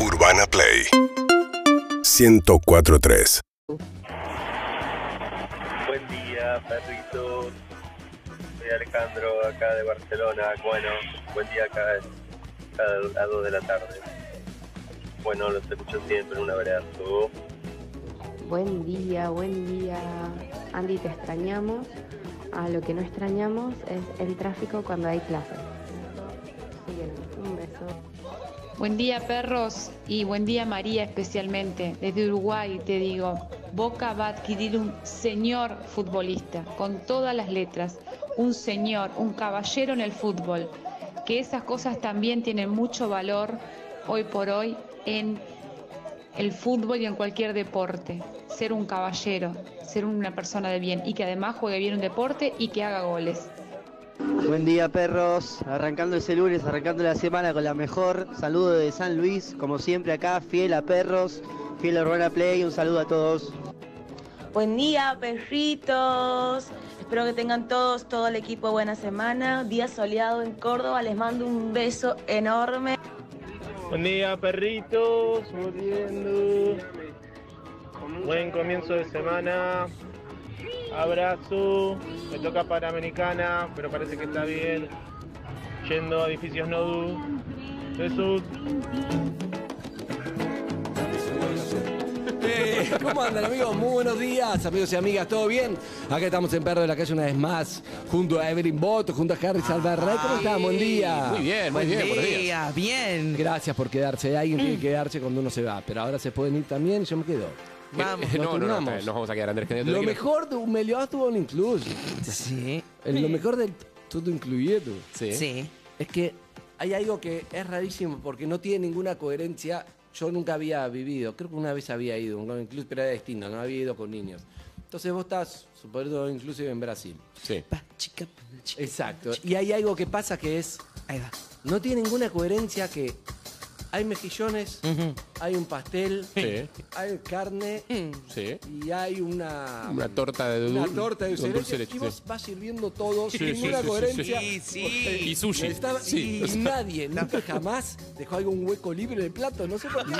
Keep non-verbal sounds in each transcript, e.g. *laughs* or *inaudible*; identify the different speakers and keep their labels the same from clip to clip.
Speaker 1: Urbana Play 1043
Speaker 2: Buen día, perritos. Soy Alejandro, acá de Barcelona. Bueno, buen día acá, acá a las 2 de la tarde. Bueno, los escucho siempre. Un abrazo.
Speaker 3: Buen día, buen día. Andy, te extrañamos. A lo que no extrañamos es el tráfico cuando hay clases. Así que, un beso.
Speaker 4: Buen día perros y buen día María especialmente. Desde Uruguay te digo, Boca va a adquirir un señor futbolista, con todas las letras, un señor, un caballero en el fútbol, que esas cosas también tienen mucho valor hoy por hoy en el fútbol y en cualquier deporte. Ser un caballero, ser una persona de bien y que además juegue bien un deporte y que haga goles.
Speaker 5: Buen día perros, arrancando ese lunes, arrancando la semana con la mejor. Saludo de San Luis, como siempre acá, fiel a perros, fiel a Urbana Play, un saludo a todos.
Speaker 6: Buen día, perritos. Espero que tengan todos, todo el equipo, buena semana. Día soleado en Córdoba. Les mando un beso enorme.
Speaker 7: Buen día, perritos. Volviendo. Buen comienzo de semana. Abrazo. Me toca Panamericana, pero parece que está bien. Yendo a edificios Nodu. Besos.
Speaker 8: Eh, ¿Cómo andan amigos? Muy buenos días, amigos y amigas, ¿todo bien? Acá estamos en Perro de la Calle una vez más, junto a Evelyn Boto, junto a Harry Salvarray. ¿Cómo están? Buen día.
Speaker 9: Muy bien, Mm. muy bien, buenos días.
Speaker 10: bien.
Speaker 8: Gracias por quedarse. Alguien tiene que quedarse cuando uno se va, pero ahora se pueden ir también, yo me quedo. Eh,
Speaker 9: Vamos, no, no, no, no, nos vamos a quedar, Andrés. que no te
Speaker 8: Lo
Speaker 9: quiero-
Speaker 8: mejor de un Meliodas tuvo un incluso.
Speaker 10: Sí,
Speaker 8: El- Lo mejor del todo incluido
Speaker 9: Sí.
Speaker 10: sí.
Speaker 8: es que hay algo que es rarísimo porque no tiene ninguna coherencia. Yo nunca había vivido, creo que una vez había ido, a un all inclusive, pero era destino, no había ido con niños. Entonces vos estás, suponiendo all inclusive en Brasil.
Speaker 9: Sí.
Speaker 10: Pa, chica, pa, chica.
Speaker 8: Exacto. Y hay algo que pasa que es,
Speaker 10: Ahí va.
Speaker 8: no tiene ninguna coherencia que hay mejillones,
Speaker 10: Ujú.
Speaker 8: hay un pastel,
Speaker 9: Sí.
Speaker 8: hay carne
Speaker 10: Mm.
Speaker 9: Sí.
Speaker 8: y hay una...
Speaker 9: Una torta de dul-
Speaker 8: una torta de
Speaker 9: con
Speaker 8: dulce,
Speaker 9: dulce
Speaker 8: de leche,
Speaker 9: leche,
Speaker 8: y vos
Speaker 9: sí.
Speaker 8: vas sirviendo todo
Speaker 9: Sí,
Speaker 8: sin
Speaker 9: sí,
Speaker 8: ninguna
Speaker 9: sí, sí,
Speaker 8: coherencia.
Speaker 10: sí. Sí, sí.
Speaker 9: Y sushi.
Speaker 8: Estaba-
Speaker 9: Sí.
Speaker 8: Y
Speaker 9: *laughs*
Speaker 8: nadie, nunca jamás dejó algún hueco libre de plato. No sé por qué.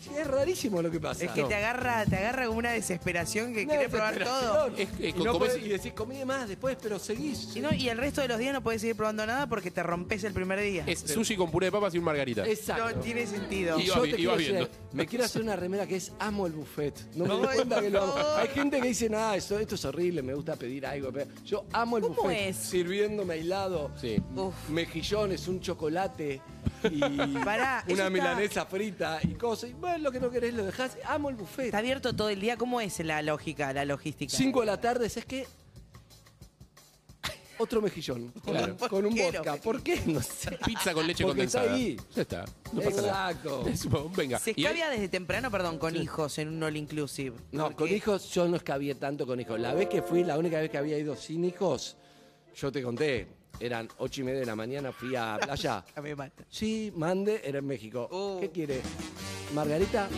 Speaker 8: Sí, Es rarísimo lo que pasa.
Speaker 10: Es que te agarra, te agarra como una desesperación que
Speaker 8: No,
Speaker 10: quiere probar
Speaker 8: desesperación.
Speaker 10: todo.
Speaker 9: Es- es-
Speaker 8: y, no
Speaker 9: como
Speaker 8: podés-
Speaker 9: es-
Speaker 8: y decís, comí más después, pero seguís.
Speaker 10: Y, no, y el resto de los días no puedes seguir probando nada porque te rompes el primer día.
Speaker 9: Es sushi con puré de papas y un margarita.
Speaker 8: Exacto.
Speaker 10: No tiene sentido.
Speaker 9: Y- Iba
Speaker 8: yo
Speaker 9: vi-
Speaker 8: te
Speaker 9: iba
Speaker 8: quiero hacer-
Speaker 9: viendo.
Speaker 8: me quiero hacer una remera que es amo el buffet. No me doy
Speaker 10: Ay,
Speaker 8: cuenta que lo amo.
Speaker 10: por favor.
Speaker 8: Hay gente que dice, ah, esto, esto es horrible, me gusta pedir algo. pero yo amo el
Speaker 6: ¿Cómo
Speaker 8: buffet.
Speaker 6: es?
Speaker 8: Sirviéndome helado,
Speaker 9: Sí.
Speaker 8: mejillones, un chocolate y
Speaker 10: *laughs* Pará, eso
Speaker 8: una
Speaker 10: está-
Speaker 8: milanesa frita y cosas. Y bueno, lo que no querés lo dejás. Amo el buffet.
Speaker 10: Está abierto todo el día. ¿Cómo es la lógica, la logística?
Speaker 8: 5 de la tarde, ¿sabes qué? Otro mejillón.
Speaker 9: Claro.
Speaker 8: Con, con un
Speaker 10: ¿Por qué
Speaker 8: vodka.
Speaker 10: lo-
Speaker 8: ¿Por qué? No sé.
Speaker 9: Pizza con leche
Speaker 8: Porque
Speaker 9: condensada.
Speaker 8: está ahí.
Speaker 9: Ya está. No pasa nada.
Speaker 8: Exacto.
Speaker 9: Es un- Venga.
Speaker 10: Se
Speaker 9: Y-
Speaker 10: escabia desde temprano, perdón, con hijos en un all inclusive.
Speaker 8: No, con
Speaker 10: Porque-
Speaker 8: hijos yo no escabía tanto con hijos. La vez que fui, la única vez que había ido sin hijos, yo te conté, eran ocho y media de la mañana, fui a *laughs* playa.
Speaker 10: Ah, Me mata.
Speaker 8: Sí, mande, era en México.
Speaker 10: Oh.
Speaker 8: ¿Qué quiere? ¿Margarita?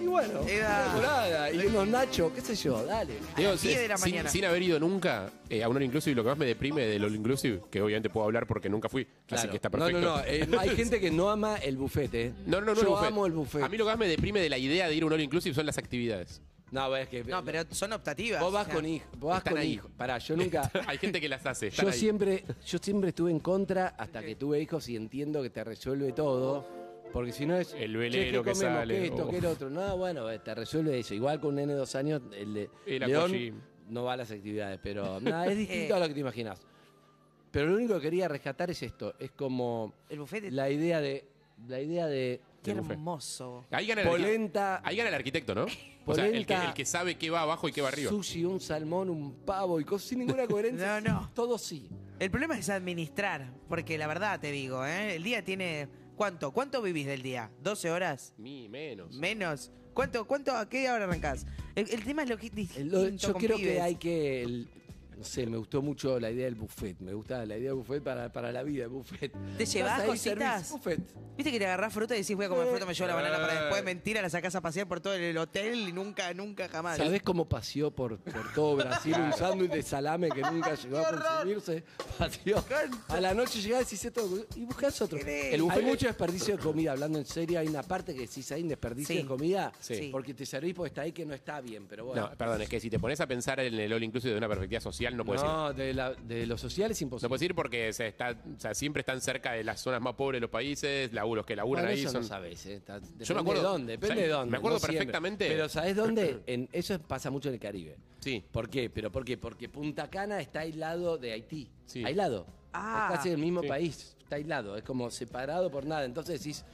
Speaker 8: Y bueno,
Speaker 10: Era-
Speaker 8: una morada, y unos nachos, qué sé yo, dale.
Speaker 9: Digo,
Speaker 10: las 10 de la
Speaker 9: sin,
Speaker 10: mañana.
Speaker 9: sin haber ido nunca eh, a un All Inclusive, lo que más me deprime del All Inclusive, que obviamente puedo hablar porque nunca fui, así
Speaker 8: Claro.
Speaker 9: que está perfecto.
Speaker 8: No, no, no, eh, *laughs* hay gente que no ama el buffet, ¿eh?
Speaker 9: No, no, no, no
Speaker 8: yo
Speaker 9: el buffet.
Speaker 8: amo el buffet.
Speaker 9: A mí lo que más me deprime de la idea de ir a un All Inclusive son las actividades.
Speaker 8: No, es que
Speaker 10: No, pero son
Speaker 9: *laughs*
Speaker 10: optativas.
Speaker 8: vos vas
Speaker 10: o sea,
Speaker 8: con hijos, vos vas
Speaker 9: están
Speaker 8: con
Speaker 9: ahí.
Speaker 8: hijos. Pará, yo nunca...
Speaker 9: *laughs* Hay gente que las hace. están
Speaker 8: Yo
Speaker 9: ahí.
Speaker 8: siempre, yo siempre estuve en contra hasta que tuve hijos y entiendo que te resuelve todo. Porque si no es.
Speaker 9: El velero
Speaker 8: "Che, ¿qué
Speaker 9: que
Speaker 8: comemos?
Speaker 9: sale, oh.
Speaker 8: ¿Qué esto,
Speaker 9: o-
Speaker 8: qué el otro. No, bueno, eh, te resuelve eso. Igual con un nene de dos años, el de
Speaker 9: El aquagym.
Speaker 8: León no va a las actividades, pero
Speaker 9: *laughs*
Speaker 8: nada, es distinto a lo que te imaginas. Pero lo único que quería rescatar es esto: es como
Speaker 10: El buffet
Speaker 8: la idea de. La idea de.
Speaker 10: Qué
Speaker 9: buffet.
Speaker 10: hermoso.
Speaker 9: Ahí gana, el arqui-
Speaker 8: Polenta.
Speaker 9: ahí gana el arquitecto, ¿no? O sea, el que,
Speaker 8: Polenta.
Speaker 9: el que sabe qué va abajo y qué va arriba.
Speaker 8: Sushi, un salmón, un pavo y cosas sin ninguna coherencia.
Speaker 10: No, no.
Speaker 8: Todo sí.
Speaker 10: El problema es administrar, porque la verdad te digo, ¿eh? el día tiene... ¿Cuánto? ¿Cuánto vivís del día? ¿12 horas?
Speaker 9: Mi menos.
Speaker 10: ¿Menos?
Speaker 8: Eh,
Speaker 10: ¿Cuánto? ¿Cuánto? ¿A qué hora arrancás? El, el tema es lo que...
Speaker 8: El- lo- yo creo que hay que el- no sé, me gustó mucho la idea del buffet. Me gusta la idea del buffet para, para la vida, el buffet.
Speaker 10: ¿Te
Speaker 8: Vas
Speaker 10: llevás
Speaker 8: ahí,
Speaker 10: cositas?
Speaker 8: servís, Buffet.
Speaker 10: Viste que te agarrás fruta y decís voy a comer fruta, me llevo la banana para después,
Speaker 7: Eh.
Speaker 10: mentira, la sacás a pasear por todo el hotel y nunca, nunca jamás.
Speaker 8: ¿Sabés cómo paseó por, por todo Brasil un sándwich de salame que nunca llegó a consumirse? Paseó. A la noche llegás y decís esto y buscás otro.
Speaker 10: Qué
Speaker 8: El buffet hay
Speaker 9: lindo.
Speaker 8: mucho desperdicio de comida, hablando en serio, hay una parte que decís hay un desperdicio
Speaker 10: Sí.
Speaker 8: de comida
Speaker 10: Sí.
Speaker 8: porque te servís porque está ahí que no está bien, pero bueno.
Speaker 9: No, perdón, es que si te pones a pensar en el all inclusive de una perspectiva social, no puedes ir.
Speaker 8: No, de, la- de lo social es
Speaker 9: No
Speaker 8: imposible.
Speaker 9: puedes ir porque se está, o sea, siempre están cerca de las zonas más pobres de los países, laburos que laburan
Speaker 8: Bueno,
Speaker 9: ahí
Speaker 8: eso
Speaker 9: son.
Speaker 8: no sabés, eh, está- depende
Speaker 9: acuerdo-
Speaker 8: de dónde, depende
Speaker 9: ¿sabés?
Speaker 8: de dónde.
Speaker 9: Me acuerdo
Speaker 8: no siempre.
Speaker 9: perfectamente.
Speaker 8: Pero ¿sabés
Speaker 9: *laughs*
Speaker 8: dónde? En, eso pasa mucho en el Caribe.
Speaker 9: Sí.
Speaker 8: ¿Por qué? Pero ¿por qué? Porque Punta Cana está aislado de Haití.
Speaker 9: Sí.
Speaker 8: Aislado.
Speaker 10: Ah.
Speaker 8: Es casi el mismo
Speaker 9: Sí.
Speaker 8: país. Está aislado. Es como separado por nada. Entonces decís,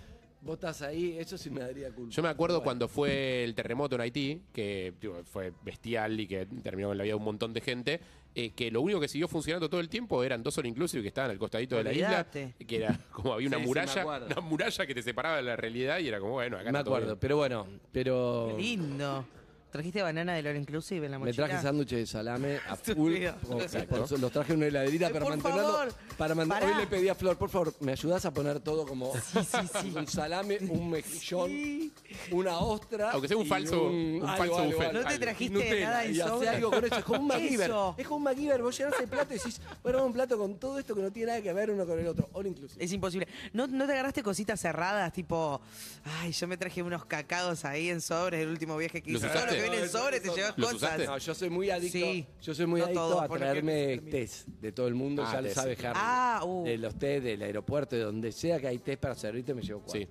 Speaker 8: vos estás ahí, eso sí me daría culpa.
Speaker 9: Yo me acuerdo
Speaker 8: Bueno,
Speaker 9: cuando fue el terremoto en Haití, que digo, fue bestial y que terminó con la vida de un montón de gente, eh, que lo único que siguió funcionando todo el tiempo eran dos all inclusive que estaban al costadito de la isla,
Speaker 10: Olvídate.
Speaker 9: que era como había una
Speaker 8: Sí, sí, me
Speaker 9: muralla,
Speaker 8: acuerdo.
Speaker 9: una muralla que te separaba de la realidad y era como, bueno, acá
Speaker 8: Me
Speaker 9: está todo
Speaker 8: acuerdo,
Speaker 9: bien.
Speaker 8: pero bueno, pero.
Speaker 10: Qué lindo. ¿Trajiste banana de All Inclusive en la
Speaker 8: Me
Speaker 10: mochila?
Speaker 8: traje sándwiches de salame
Speaker 10: *laughs*
Speaker 8: a full.
Speaker 10: Estúpido.
Speaker 8: como-
Speaker 9: Exacto.
Speaker 8: por su- los traje en una heladerita
Speaker 10: Eh,
Speaker 8: para
Speaker 10: por
Speaker 8: mantenerlo.
Speaker 10: favor,
Speaker 8: Para man-
Speaker 10: pará.
Speaker 8: Hoy le pedí a Flor, por favor, ¿me ayudas a poner todo como *laughs* un salame, un mejillón, una ostra?
Speaker 9: Aunque sea un
Speaker 8: y
Speaker 9: falso- un falso buffet.
Speaker 10: ¿No te
Speaker 9: Algo.
Speaker 10: trajiste
Speaker 8: Nutella,
Speaker 10: nada en
Speaker 8: y hace
Speaker 10: sobra?
Speaker 8: algo con eso. Es como un MacGyver.
Speaker 10: *laughs* Eso.
Speaker 8: Es como un MacGyver. Vos llenás el plato y decís, bueno, un plato con todo esto que no tiene nada que ver uno con el otro. All inclusive.
Speaker 10: Es imposible. ¿No, ¿No te agarraste cositas cerradas? Tipo, ay, yo me traje unos cacados ahí en sobres el último viaje que
Speaker 9: ¿Los
Speaker 10: hice. Todo lo
Speaker 9: usaste?
Speaker 10: que viene en sobres te llevas
Speaker 9: ¿Los
Speaker 10: cosas.
Speaker 9: usaste?
Speaker 8: No, yo soy muy adicto.
Speaker 10: Sí.
Speaker 8: Yo soy muy
Speaker 10: No
Speaker 8: adicto
Speaker 10: todos,
Speaker 8: a
Speaker 10: por lo que
Speaker 8: traerme
Speaker 10: permite.
Speaker 8: test de todo el mundo,
Speaker 9: Ah,
Speaker 8: ya lo
Speaker 9: tés.
Speaker 8: sabe Harry.
Speaker 10: Ah, uh.
Speaker 8: De los test del aeropuerto, de donde sea que hay test para servirte, me llevo cuatro.
Speaker 9: Sí.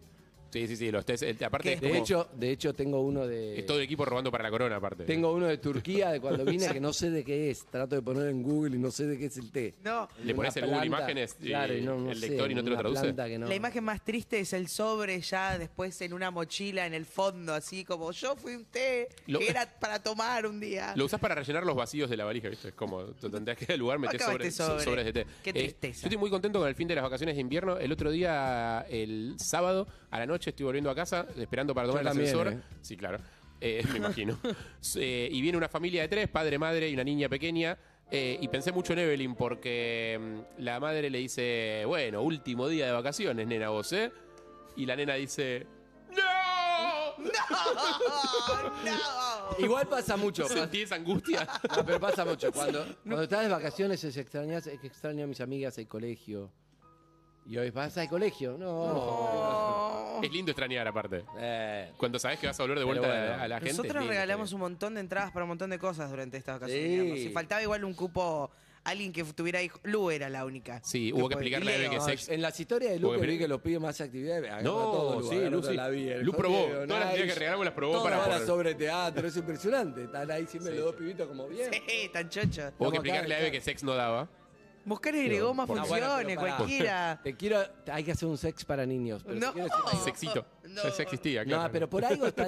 Speaker 9: sí, sí, sí, los test, eh, aparte
Speaker 10: ¿Qué?
Speaker 9: es
Speaker 8: De
Speaker 9: como-
Speaker 8: hecho, de hecho tengo uno
Speaker 9: es todo
Speaker 8: de
Speaker 9: el equipo robando para la corona aparte.
Speaker 8: tengo uno de Turquía de cuando vine que no sé de qué es. Trato de poner en Google y no sé de qué es el té.
Speaker 10: No.
Speaker 9: Le
Speaker 8: Una
Speaker 9: pones en Google imágenes y
Speaker 8: claro,
Speaker 9: el lector y no te lo
Speaker 8: una
Speaker 9: traduce.
Speaker 8: planta que no-
Speaker 10: La imagen más triste es el sobre ya después en una mochila en el fondo, así como yo fui un té
Speaker 9: Lo- *laughs*
Speaker 10: que era para tomar un día.
Speaker 9: Lo usás para rellenar los vacíos de la valija, ¿viste? Es como, te tendrías que ir al lugar, meter
Speaker 10: Acaba
Speaker 9: sobres,
Speaker 10: este sobre.
Speaker 9: sobres de té. Eh,
Speaker 10: Qué tristeza.
Speaker 9: yo estoy
Speaker 10: *laughs*
Speaker 9: muy contento con el fin de las vacaciones de invierno. El otro día, el sábado, a la noche, estoy volviendo a casa, esperando para tomar
Speaker 8: Yo
Speaker 9: el
Speaker 8: también,
Speaker 9: ascensor.
Speaker 8: eh.
Speaker 9: Sí, claro. Eh, me imagino. Eh, y viene una familia de tres, padre, madre y una niña pequeña. Eh, y pensé mucho en Evelyn porque mm, la madre le dice, bueno, último día de vacaciones, nena, vos, ¿eh? Y la nena dice, ¡No!
Speaker 10: ¡No!
Speaker 8: Igual pasa mucho. pasa-
Speaker 9: Sentí esa angustia.
Speaker 8: No, Ah, pero pasa mucho. Cuando, cuando estás de vacaciones es extrañas, es que extraño a mis amigas, el colegio. Y hoy vas al colegio. No.
Speaker 9: es lindo extrañar aparte.
Speaker 8: Eh,
Speaker 9: Cuando sabes que vas a volver de
Speaker 8: Pero
Speaker 9: vuelta
Speaker 8: bueno,
Speaker 9: a, la- a la gente. es
Speaker 10: Nosotros
Speaker 9: lindo
Speaker 10: regalamos un montón de entradas para un montón de cosas durante estas vacaciones.
Speaker 8: Sí.
Speaker 10: digamos. Si faltaba igual un cupo, alguien que tuviera hijos. Lu era la única.
Speaker 9: Sí, hubo que
Speaker 10: podía.
Speaker 9: explicarle a Eve que
Speaker 10: Leo.
Speaker 8: no,
Speaker 9: se- sex-
Speaker 8: en las historias de Luke
Speaker 9: Porque-
Speaker 8: vi que los pide más actividades.
Speaker 9: No, sí, Lu sí. Lu probó. Todas las actividades que regalamos las probó para
Speaker 8: hablar
Speaker 9: poder-
Speaker 8: sobre teatro, es impresionante. Están ahí siempre
Speaker 9: Sí,
Speaker 8: los dos pibitos como bien.
Speaker 10: *laughs* Sí, tan chocho.
Speaker 9: Hubo
Speaker 8: Estamos
Speaker 9: que
Speaker 8: acá,
Speaker 9: explicarle a Eve
Speaker 8: acá.
Speaker 9: que sex no daba.
Speaker 10: Buscar agregó más
Speaker 8: No, Ah, bueno, pero
Speaker 10: funciones,
Speaker 8: pará. *laughs*
Speaker 10: cualquiera.
Speaker 8: Te quiero, hay que hacer un sex para niños. pero
Speaker 10: No.
Speaker 8: te quiero decir-
Speaker 10: Oh,
Speaker 9: Sexito.
Speaker 10: no.
Speaker 9: Sex existía, claro.
Speaker 8: No, pero por algo está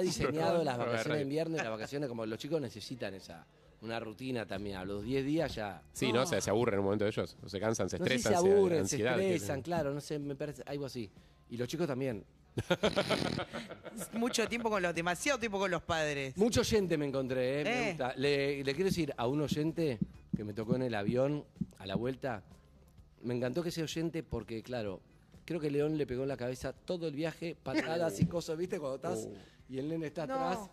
Speaker 9: *laughs*
Speaker 8: diseñado las
Speaker 9: No, no,
Speaker 8: vacaciones
Speaker 9: radio.
Speaker 8: de invierno y las vacaciones como los chicos necesitan esa una rutina también. A los 10 días ya.
Speaker 9: Sí, no, se, se aburren en un momento de ellos. Se cansan, se
Speaker 8: No sé si
Speaker 9: estresan.
Speaker 8: se aburren, se
Speaker 9: tienen.
Speaker 8: estresan, claro, no sé, me parece algo así. Y los chicos también.
Speaker 10: *laughs* Mucho tiempo con los, demasiado tiempo con los padres.
Speaker 8: Mucho oyente me encontré, ¿eh? Me
Speaker 10: Eh.
Speaker 8: gusta. Le, le quiero decir a un oyente que me tocó en el avión a la vuelta. Me encantó que sea oyente porque, claro, creo que León le pegó en la cabeza todo el viaje, patadas y cosas, ¿viste? Cuando estás y el nene está
Speaker 10: No.
Speaker 8: atrás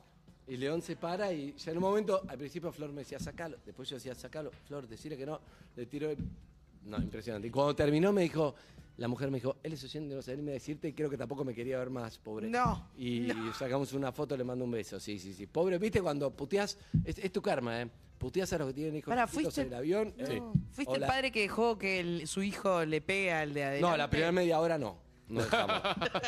Speaker 8: y León se para y ya en un momento, al principio Flor me decía, sacalo. Después yo decía, sacalo. Flor, decirle que no. Le tiró el... No, impresionante. Y cuando terminó me dijo... La mujer me dijo, él es oyente, no sé, él me decirte y creo que tampoco me quería ver más, pobre.
Speaker 10: No.
Speaker 8: Y sacamos una foto, le mando un beso. Sí, sí, sí. Pobre, viste cuando puteás, es, es tu karma, ¿eh? Puteás a los que tienen hijos
Speaker 10: Pará,
Speaker 8: chiquitos
Speaker 10: fuiste-
Speaker 8: en el avión. eh,
Speaker 10: No.
Speaker 8: Sí.
Speaker 10: ¿Fuiste
Speaker 8: Hola.
Speaker 10: el padre que dejó que el- su hijo le pegue al de adelante?
Speaker 8: No, la primera media hora no.
Speaker 9: *laughs*
Speaker 8: No dejamos. Yo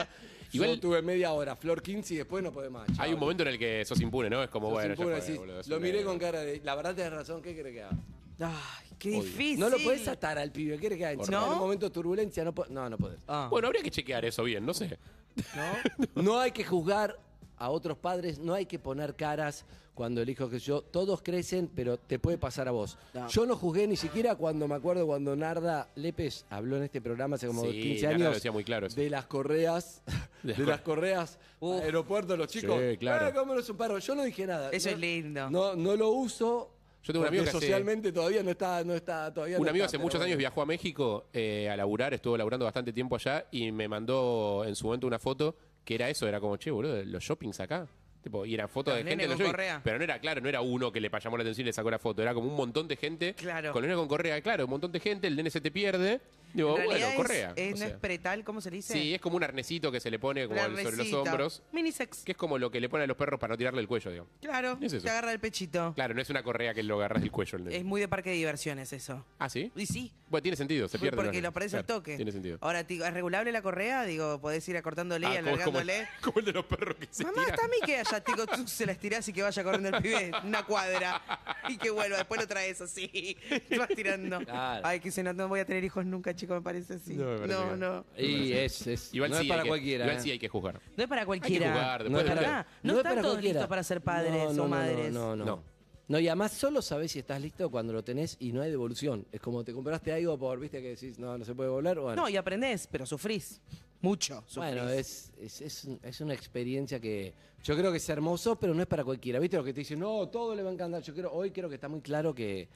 Speaker 9: Igual-
Speaker 8: tuve media hora, Flor 15 y después no podés más. chao.
Speaker 9: Hay un momento en el que sos impune, ¿no? Es como,
Speaker 8: Sos
Speaker 9: bueno, ya
Speaker 8: impune,
Speaker 9: fue,
Speaker 8: decís,
Speaker 9: boludo, es
Speaker 8: Lo
Speaker 9: una-
Speaker 8: miré con cara de. La verdad tenés razón, ¿qué crees que haga?
Speaker 10: Ay, qué
Speaker 9: Obvio.
Speaker 10: difícil.
Speaker 8: No lo podés atar al pibe, ¿qué crees que haga? Encima
Speaker 10: ¿No?
Speaker 8: En un momento de turbulencia, no, po- no, no podés.
Speaker 10: Ah.
Speaker 9: Bueno, habría que chequear eso bien, no sé. *laughs*
Speaker 8: No hay que juzgar a otros padres, no hay que poner caras cuando el hijo que yo, todos crecen, pero te puede pasar a vos. Yo no juzgué ni siquiera cuando me acuerdo cuando Narda Lépez habló en este programa hace como
Speaker 9: Sí,
Speaker 8: 15
Speaker 9: Narda
Speaker 8: años
Speaker 9: lo decía muy claro eso.
Speaker 8: de las correas,
Speaker 9: *laughs* De
Speaker 8: de,
Speaker 9: las
Speaker 8: las correas
Speaker 10: Uf.
Speaker 8: aeropuertos los chicos.
Speaker 9: Sí, claro.
Speaker 8: "Ah, cómenos un paro, yo no dije nada.
Speaker 10: Eso
Speaker 8: No-
Speaker 10: es lindo.
Speaker 8: No no lo uso
Speaker 9: Yo tengo un amigo que
Speaker 8: Porque
Speaker 9: hace-
Speaker 8: socialmente todavía no está, no está, todavía
Speaker 9: Un
Speaker 8: no
Speaker 9: amigo
Speaker 8: está,
Speaker 9: hace
Speaker 8: pero
Speaker 9: muchos
Speaker 8: bueno.
Speaker 9: años viajó a México eh, a laburar, estuvo laburando bastante tiempo allá y me mandó en su momento una foto que era eso, era como, che, boludo, los shoppings acá. Tipo, y eran fotos
Speaker 10: Los
Speaker 9: de gente
Speaker 10: nenes
Speaker 9: en los
Speaker 10: con
Speaker 9: shoppings.
Speaker 10: correa.
Speaker 9: Pero no era, claro, no era uno que le pa- llamó la atención y le sacó la foto, era como un montón de gente.
Speaker 10: Claro.
Speaker 9: Con el nene con correa, claro, un montón de gente, el nene se te pierde. Digo,
Speaker 10: En
Speaker 9: bueno,
Speaker 10: realidad es-
Speaker 9: correa.
Speaker 10: es-
Speaker 9: o
Speaker 10: no es
Speaker 9: sea.
Speaker 10: pretal, ¿cómo se le dice?
Speaker 9: sí, es como un arnesito que se le pone como
Speaker 10: Una
Speaker 9: al- sobre los
Speaker 10: resita.
Speaker 9: hombros,
Speaker 10: Minisex.
Speaker 9: que es como lo que le ponen a los perros para no tirarle el cuello, digo.
Speaker 10: Claro,
Speaker 9: Es eso.
Speaker 10: te agarra el pechito.
Speaker 9: Claro, no es una correa que lo agarras del cuello el nene.
Speaker 10: Es muy de parque de diversiones eso.
Speaker 9: Ah, sí.
Speaker 10: Y sí,
Speaker 9: Bueno, tiene sentido, se
Speaker 10: Fue
Speaker 9: pierde.
Speaker 10: Porque lo aparece al toque.
Speaker 9: Tiene sentido.
Speaker 10: Ahora, ti- ¿es regulable la correa? Digo, podés ir acortándole y
Speaker 9: Ah, como- como,
Speaker 10: alargándole.
Speaker 9: *laughs* como el de los perros que se
Speaker 10: Mamá,
Speaker 9: tiran.
Speaker 10: está mi que allá, tico, tú se la estirás y que vaya corriendo el pibe una cuadra. Y que vuelva, después lo traes así. *laughs* Te vas tirando.
Speaker 8: Claro.
Speaker 10: Ay, que se no, no voy a tener hijos nunca, chico, me parece así.
Speaker 9: No, me
Speaker 10: No,
Speaker 9: parece
Speaker 10: no.
Speaker 9: que-
Speaker 10: No,
Speaker 8: Y es, es,
Speaker 9: Igual
Speaker 8: no
Speaker 9: sí
Speaker 8: es para
Speaker 9: hay que-
Speaker 8: cualquiera.
Speaker 9: Igual
Speaker 8: eh.
Speaker 9: sí hay que juzgar.
Speaker 10: es para
Speaker 9: cualquiera.
Speaker 10: cualquiera.
Speaker 9: jugar,
Speaker 10: no
Speaker 9: después
Speaker 10: es
Speaker 9: de-
Speaker 10: para No,
Speaker 8: es
Speaker 10: están
Speaker 8: para
Speaker 10: todos
Speaker 8: cualquiera.
Speaker 10: listos para ser padres
Speaker 8: No, no,
Speaker 10: o
Speaker 8: no,
Speaker 10: madres.
Speaker 8: No, no,
Speaker 9: No.
Speaker 8: no. No, y además solo sabés si estás listo cuando lo tenés y no hay devolución. Es como te compraste algo por, viste, que decís, no, no se puede volar. Bueno,
Speaker 10: No, y aprendés, pero sufrís. Mucho. Sufrís.
Speaker 8: bueno es, es, es, un- es una experiencia que yo creo que es hermoso, pero no es para cualquiera. Viste lo que te dicen, no, todo le va a encantar. Yo creo, hoy creo que está muy claro que,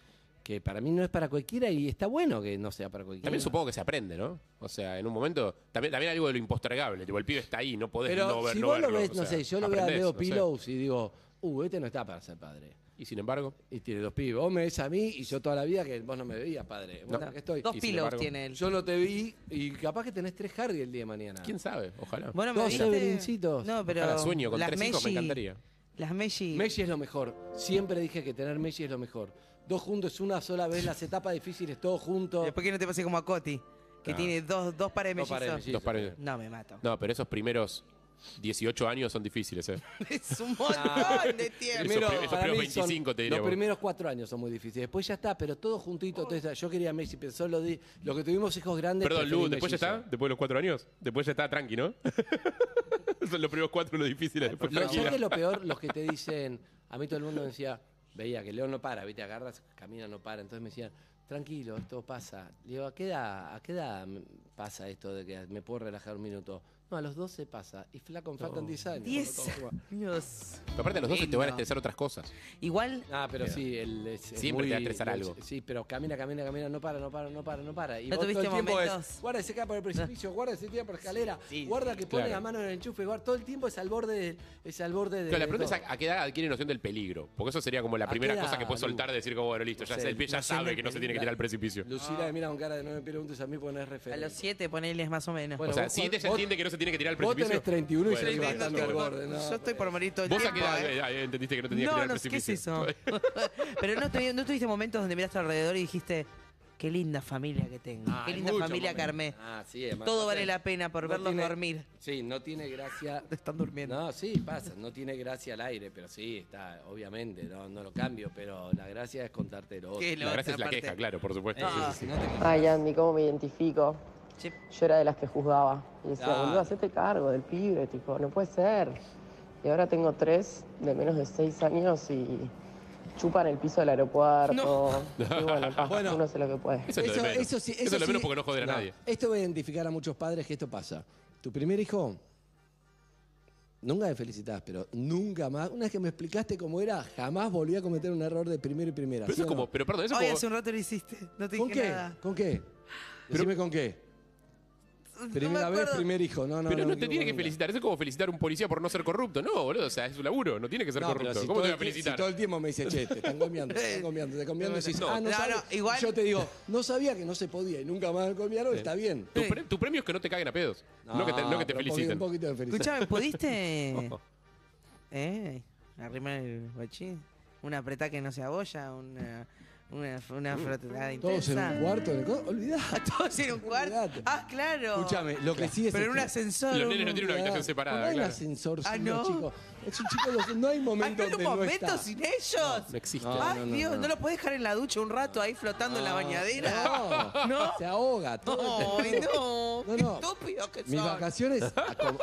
Speaker 8: que para mí no es para cualquiera y está bueno que no sea para cualquiera.
Speaker 9: También supongo que se aprende, ¿no? O sea, en un momento. También, también algo de lo impostergable. Tipo, el pibe está ahí, no podés
Speaker 8: Pero
Speaker 9: no ver-
Speaker 8: si
Speaker 9: no
Speaker 8: vos lo
Speaker 9: verlo,
Speaker 8: ves,
Speaker 9: o
Speaker 8: no
Speaker 9: sea,
Speaker 8: sé, yo lo veo a
Speaker 9: aprendés,
Speaker 8: Leo
Speaker 9: no sé.
Speaker 8: Pillows y digo, uh, este no está para ser padre.
Speaker 9: Y sin embargo.
Speaker 8: Y tiene dos pibes. Vos me ves a mí y yo toda la vida que vos no me veías, padre. Vos
Speaker 9: No.
Speaker 8: acá estoy.
Speaker 10: Dos
Speaker 9: y sin
Speaker 10: pilos
Speaker 9: embargo-
Speaker 10: tiene él.
Speaker 8: Yo no te vi y capaz que tenés tres Harry el día de mañana.
Speaker 9: ¿Quién sabe? Ojalá.
Speaker 10: Bueno, me
Speaker 8: Dos
Speaker 10: viste-
Speaker 8: Severincitos.
Speaker 10: No, pero.
Speaker 9: Ojalá sueño con
Speaker 10: las
Speaker 9: tres hijos, me
Speaker 10: Messi-
Speaker 9: encantaría.
Speaker 10: Las Messi.
Speaker 8: Messi es lo mejor. Siempre dije que tener Messi es lo mejor. Dos juntos una sola vez, las etapas difíciles, todos juntos.
Speaker 10: Después que no te pase como a Coti, que
Speaker 9: Claro.
Speaker 10: tiene dos, dos pares de
Speaker 8: Dos pares de
Speaker 10: mellizos.
Speaker 8: mellizos.
Speaker 9: Dos pares.
Speaker 10: No, me mato.
Speaker 9: No, pero esos primeros 18 años son difíciles, ¿eh?
Speaker 10: *laughs* Es un montón de tiempo.
Speaker 8: Primero,
Speaker 9: esos
Speaker 8: para
Speaker 9: primeros
Speaker 8: mí son-
Speaker 9: 25 te diría
Speaker 8: Los
Speaker 9: vos.
Speaker 8: primeros cuatro años son muy difíciles. Después ya está, pero todo juntito. todo está. yo quería Messi, pero solo di- lo que tuvimos hijos grandes.
Speaker 9: Perdón,
Speaker 8: preferí
Speaker 9: Lu, ¿después ya está?
Speaker 8: mellizo.
Speaker 9: ¿Después de los cuatro años? Después ya está tranqui, ¿no? *laughs* Son los primeros cuatro los difíciles. Después
Speaker 8: Lo, ¿sabes
Speaker 9: tranquila.
Speaker 8: qué es lo peor? Los que te dicen, a mí todo el mundo me decía, veía que Leo no para, viste, agarras, camina, no para. Entonces me decían, tranquilo, esto pasa. Le digo, ¿a qué edad, a qué edad me- pasa esto de que me puedo relajar un minuto? No, a los 12 pasa. Y flaco, me faltan 10 años.
Speaker 10: Diez
Speaker 8: Como todo.
Speaker 10: años.
Speaker 9: Pero aparte a los 12 te van a este-
Speaker 10: Lindo.
Speaker 9: estresar otras cosas.
Speaker 10: Igual,
Speaker 8: Ah, pero sí, el, es- es
Speaker 9: Siempre te va a
Speaker 8: muy-
Speaker 9: estresar algo.
Speaker 8: Sí, pero camina, camina, camina, no para, no para, no para, no para. Y
Speaker 10: ¿No
Speaker 8: vos todo el
Speaker 10: tuviste
Speaker 8: tiempo es,
Speaker 10: momentos?
Speaker 8: guarda ese cae por el precipicio, guarda ese tira por la escalera, guarda que pone
Speaker 9: Claro.
Speaker 8: la mano en el enchufe, guarda, todo el tiempo es al borde, del- es al borde de.
Speaker 9: Claro, la pregunta
Speaker 8: de
Speaker 9: es a, a qué edad adquiere noción del peligro. Porque eso sería como la
Speaker 8: ¿A
Speaker 9: primera
Speaker 8: qué edad,
Speaker 9: cosa que puedes
Speaker 8: Lu?
Speaker 9: soltar de decir como, bueno, listo, ya
Speaker 8: No sé,
Speaker 9: sé, el pie ya
Speaker 8: noción
Speaker 9: sabe
Speaker 8: del
Speaker 9: que no se tiene que
Speaker 8: peligro.
Speaker 9: tirar al precipicio.
Speaker 8: Lucila me mira con cara de no me preguntes a mí porque no es
Speaker 10: a
Speaker 8: referente.
Speaker 10: los siete ponele más o menos.
Speaker 8: Bueno,
Speaker 9: o sea,
Speaker 8: vos,
Speaker 9: si
Speaker 8: Juan,
Speaker 9: ella ya
Speaker 8: vos-
Speaker 9: entiende que no se tiene que tirar al
Speaker 8: vos
Speaker 9: precipicio.
Speaker 8: tenés 31 y
Speaker 9: Bueno,
Speaker 8: ya
Speaker 9: sí,
Speaker 8: ibas
Speaker 9: sí,
Speaker 8: bastante
Speaker 9: sí,
Speaker 8: al
Speaker 9: bueno.
Speaker 8: borde, ¿no?
Speaker 10: Yo estoy por morir todo el
Speaker 9: Vos a
Speaker 10: tiempo.
Speaker 9: qué edad
Speaker 10: ¿eh?
Speaker 9: eh, entendiste que no tenías que
Speaker 10: No,
Speaker 9: tirar
Speaker 10: no,
Speaker 9: al
Speaker 10: ¿qué es
Speaker 9: precipicio.
Speaker 10: eso?
Speaker 9: *laughs*
Speaker 10: Pero no, te- no tuviste momentos donde miraste alrededor y dijiste, qué linda familia que tengo,
Speaker 8: Ah,
Speaker 10: qué
Speaker 8: hay
Speaker 10: linda
Speaker 8: muchos
Speaker 10: familia que
Speaker 8: momentos.
Speaker 10: armé.
Speaker 8: Ah, sí, además,
Speaker 10: Todo
Speaker 8: pasa
Speaker 10: vale
Speaker 8: que
Speaker 10: la pena por
Speaker 8: no
Speaker 10: verlos
Speaker 8: tiene-
Speaker 10: dormir.
Speaker 8: Sí, no tiene gracia.
Speaker 10: Están durmiendo.
Speaker 8: No, sí, pasa, no tiene gracia al aire, pero sí, está, obviamente, no, no lo cambio, pero la gracia es contarte lo otro.
Speaker 10: Qué
Speaker 9: La gracia es la
Speaker 10: otra
Speaker 9: queja,
Speaker 10: parte.
Speaker 9: claro, por supuesto.
Speaker 10: No,
Speaker 9: Sí,
Speaker 8: Ah.
Speaker 9: sí, sí.
Speaker 10: no te-
Speaker 3: Ay, Andy, ¿cómo me identifico?
Speaker 10: Sí.
Speaker 3: Yo era de las que juzgaba. Y decía,
Speaker 9: Ah.
Speaker 8: Claro.
Speaker 3: boludo, hacete cargo del pibe, tipo, no puede ser. Y ahora tengo tres de menos de seis años y chupan el piso del aeropuerto. Y bueno,
Speaker 9: *laughs*
Speaker 3: pa,
Speaker 8: Bueno.
Speaker 3: uno hace lo que puede.
Speaker 9: Eso es lo de menos. Eso
Speaker 8: sí,
Speaker 9: es lo de
Speaker 8: sí.
Speaker 9: menos porque no joder a nadie.
Speaker 8: Esto va a identificar a muchos padres que esto pasa. Tu primer hijo, nunca me felicitás, pero nunca más. Una vez que me explicaste cómo era, jamás volví a cometer un error de primero y primera.
Speaker 9: Pero
Speaker 8: ¿sí
Speaker 9: eso es
Speaker 8: o no?
Speaker 9: como, pero perdón, eso
Speaker 10: Hoy
Speaker 9: es
Speaker 10: hace
Speaker 9: como.
Speaker 10: un rato lo hiciste, no te
Speaker 8: ¿Con
Speaker 10: dije
Speaker 8: qué?
Speaker 10: nada.
Speaker 8: ¿Con qué? Decime con qué.
Speaker 10: No me
Speaker 8: Primera vez,
Speaker 10: acuerdo.
Speaker 8: primer hijo. No, no,
Speaker 9: Pero no
Speaker 8: no
Speaker 9: te tiene que
Speaker 8: nunca.
Speaker 9: felicitar, eso es como felicitar a un policía por no ser corrupto. No, boludo, o sea, es su laburo, no tiene que ser
Speaker 8: No, pero
Speaker 9: corrupto.
Speaker 8: si
Speaker 9: Ah, ¿Cómo
Speaker 8: todo
Speaker 9: te voy
Speaker 8: el
Speaker 9: a
Speaker 8: tie-
Speaker 9: felicitar?
Speaker 8: Si todo el tiempo me dice, che, te están comiando, te están comiando, te
Speaker 9: *laughs*
Speaker 8: están comiendo. Y decís, ah, no,
Speaker 10: No,
Speaker 8: sabía.
Speaker 10: no, igual-
Speaker 8: Yo te digo, no sabía que no se podía y nunca más comieron, está bien.
Speaker 9: Tu, pre- tu premio es que no te caguen a pedos, no, que te, no que te
Speaker 8: pero un poqui-
Speaker 9: feliciten.
Speaker 8: Un poquito de felicitación.
Speaker 10: Escuchame, ¿pudiste
Speaker 8: *laughs*
Speaker 10: eh, arrimar el bochín? Una apretá que no se abolla, una, una, una frotada
Speaker 8: Uh, Todos en
Speaker 10: intensa.
Speaker 8: un cuarto, en el co-
Speaker 9: *laughs*
Speaker 8: olvidá.
Speaker 10: *laughs* Todos en un cuarto.
Speaker 8: Olvidate.
Speaker 10: Ah, claro.
Speaker 8: Escuchame, lo que sí es.
Speaker 10: Pero en un
Speaker 8: este-
Speaker 10: ascensor.
Speaker 9: Los
Speaker 10: un-
Speaker 9: nenes no tienen una habitación
Speaker 8: No
Speaker 9: separada,
Speaker 8: hay un
Speaker 9: claro.
Speaker 8: ascensor
Speaker 10: Ah,
Speaker 8: sin
Speaker 10: no.
Speaker 8: los chicos. Es un chico, los- no hay
Speaker 10: Ah,
Speaker 8: momento
Speaker 10: no,
Speaker 8: donde
Speaker 10: un
Speaker 8: no
Speaker 10: momento
Speaker 8: está.
Speaker 10: sin ellos.
Speaker 9: No existe.
Speaker 8: No,
Speaker 10: Ay,
Speaker 8: no, no,
Speaker 10: Dios, no.
Speaker 8: no.
Speaker 10: lo podés dejar en la ducha un rato ahí flotando en la bañadera?
Speaker 8: No,
Speaker 10: *laughs* ¿No?
Speaker 8: se ahoga. todo.
Speaker 10: Ay, no.
Speaker 8: *laughs* No,
Speaker 10: Qué
Speaker 8: no.
Speaker 10: estúpidos que
Speaker 8: Mis
Speaker 9: *laughs*
Speaker 10: son.
Speaker 8: vacaciones, a com-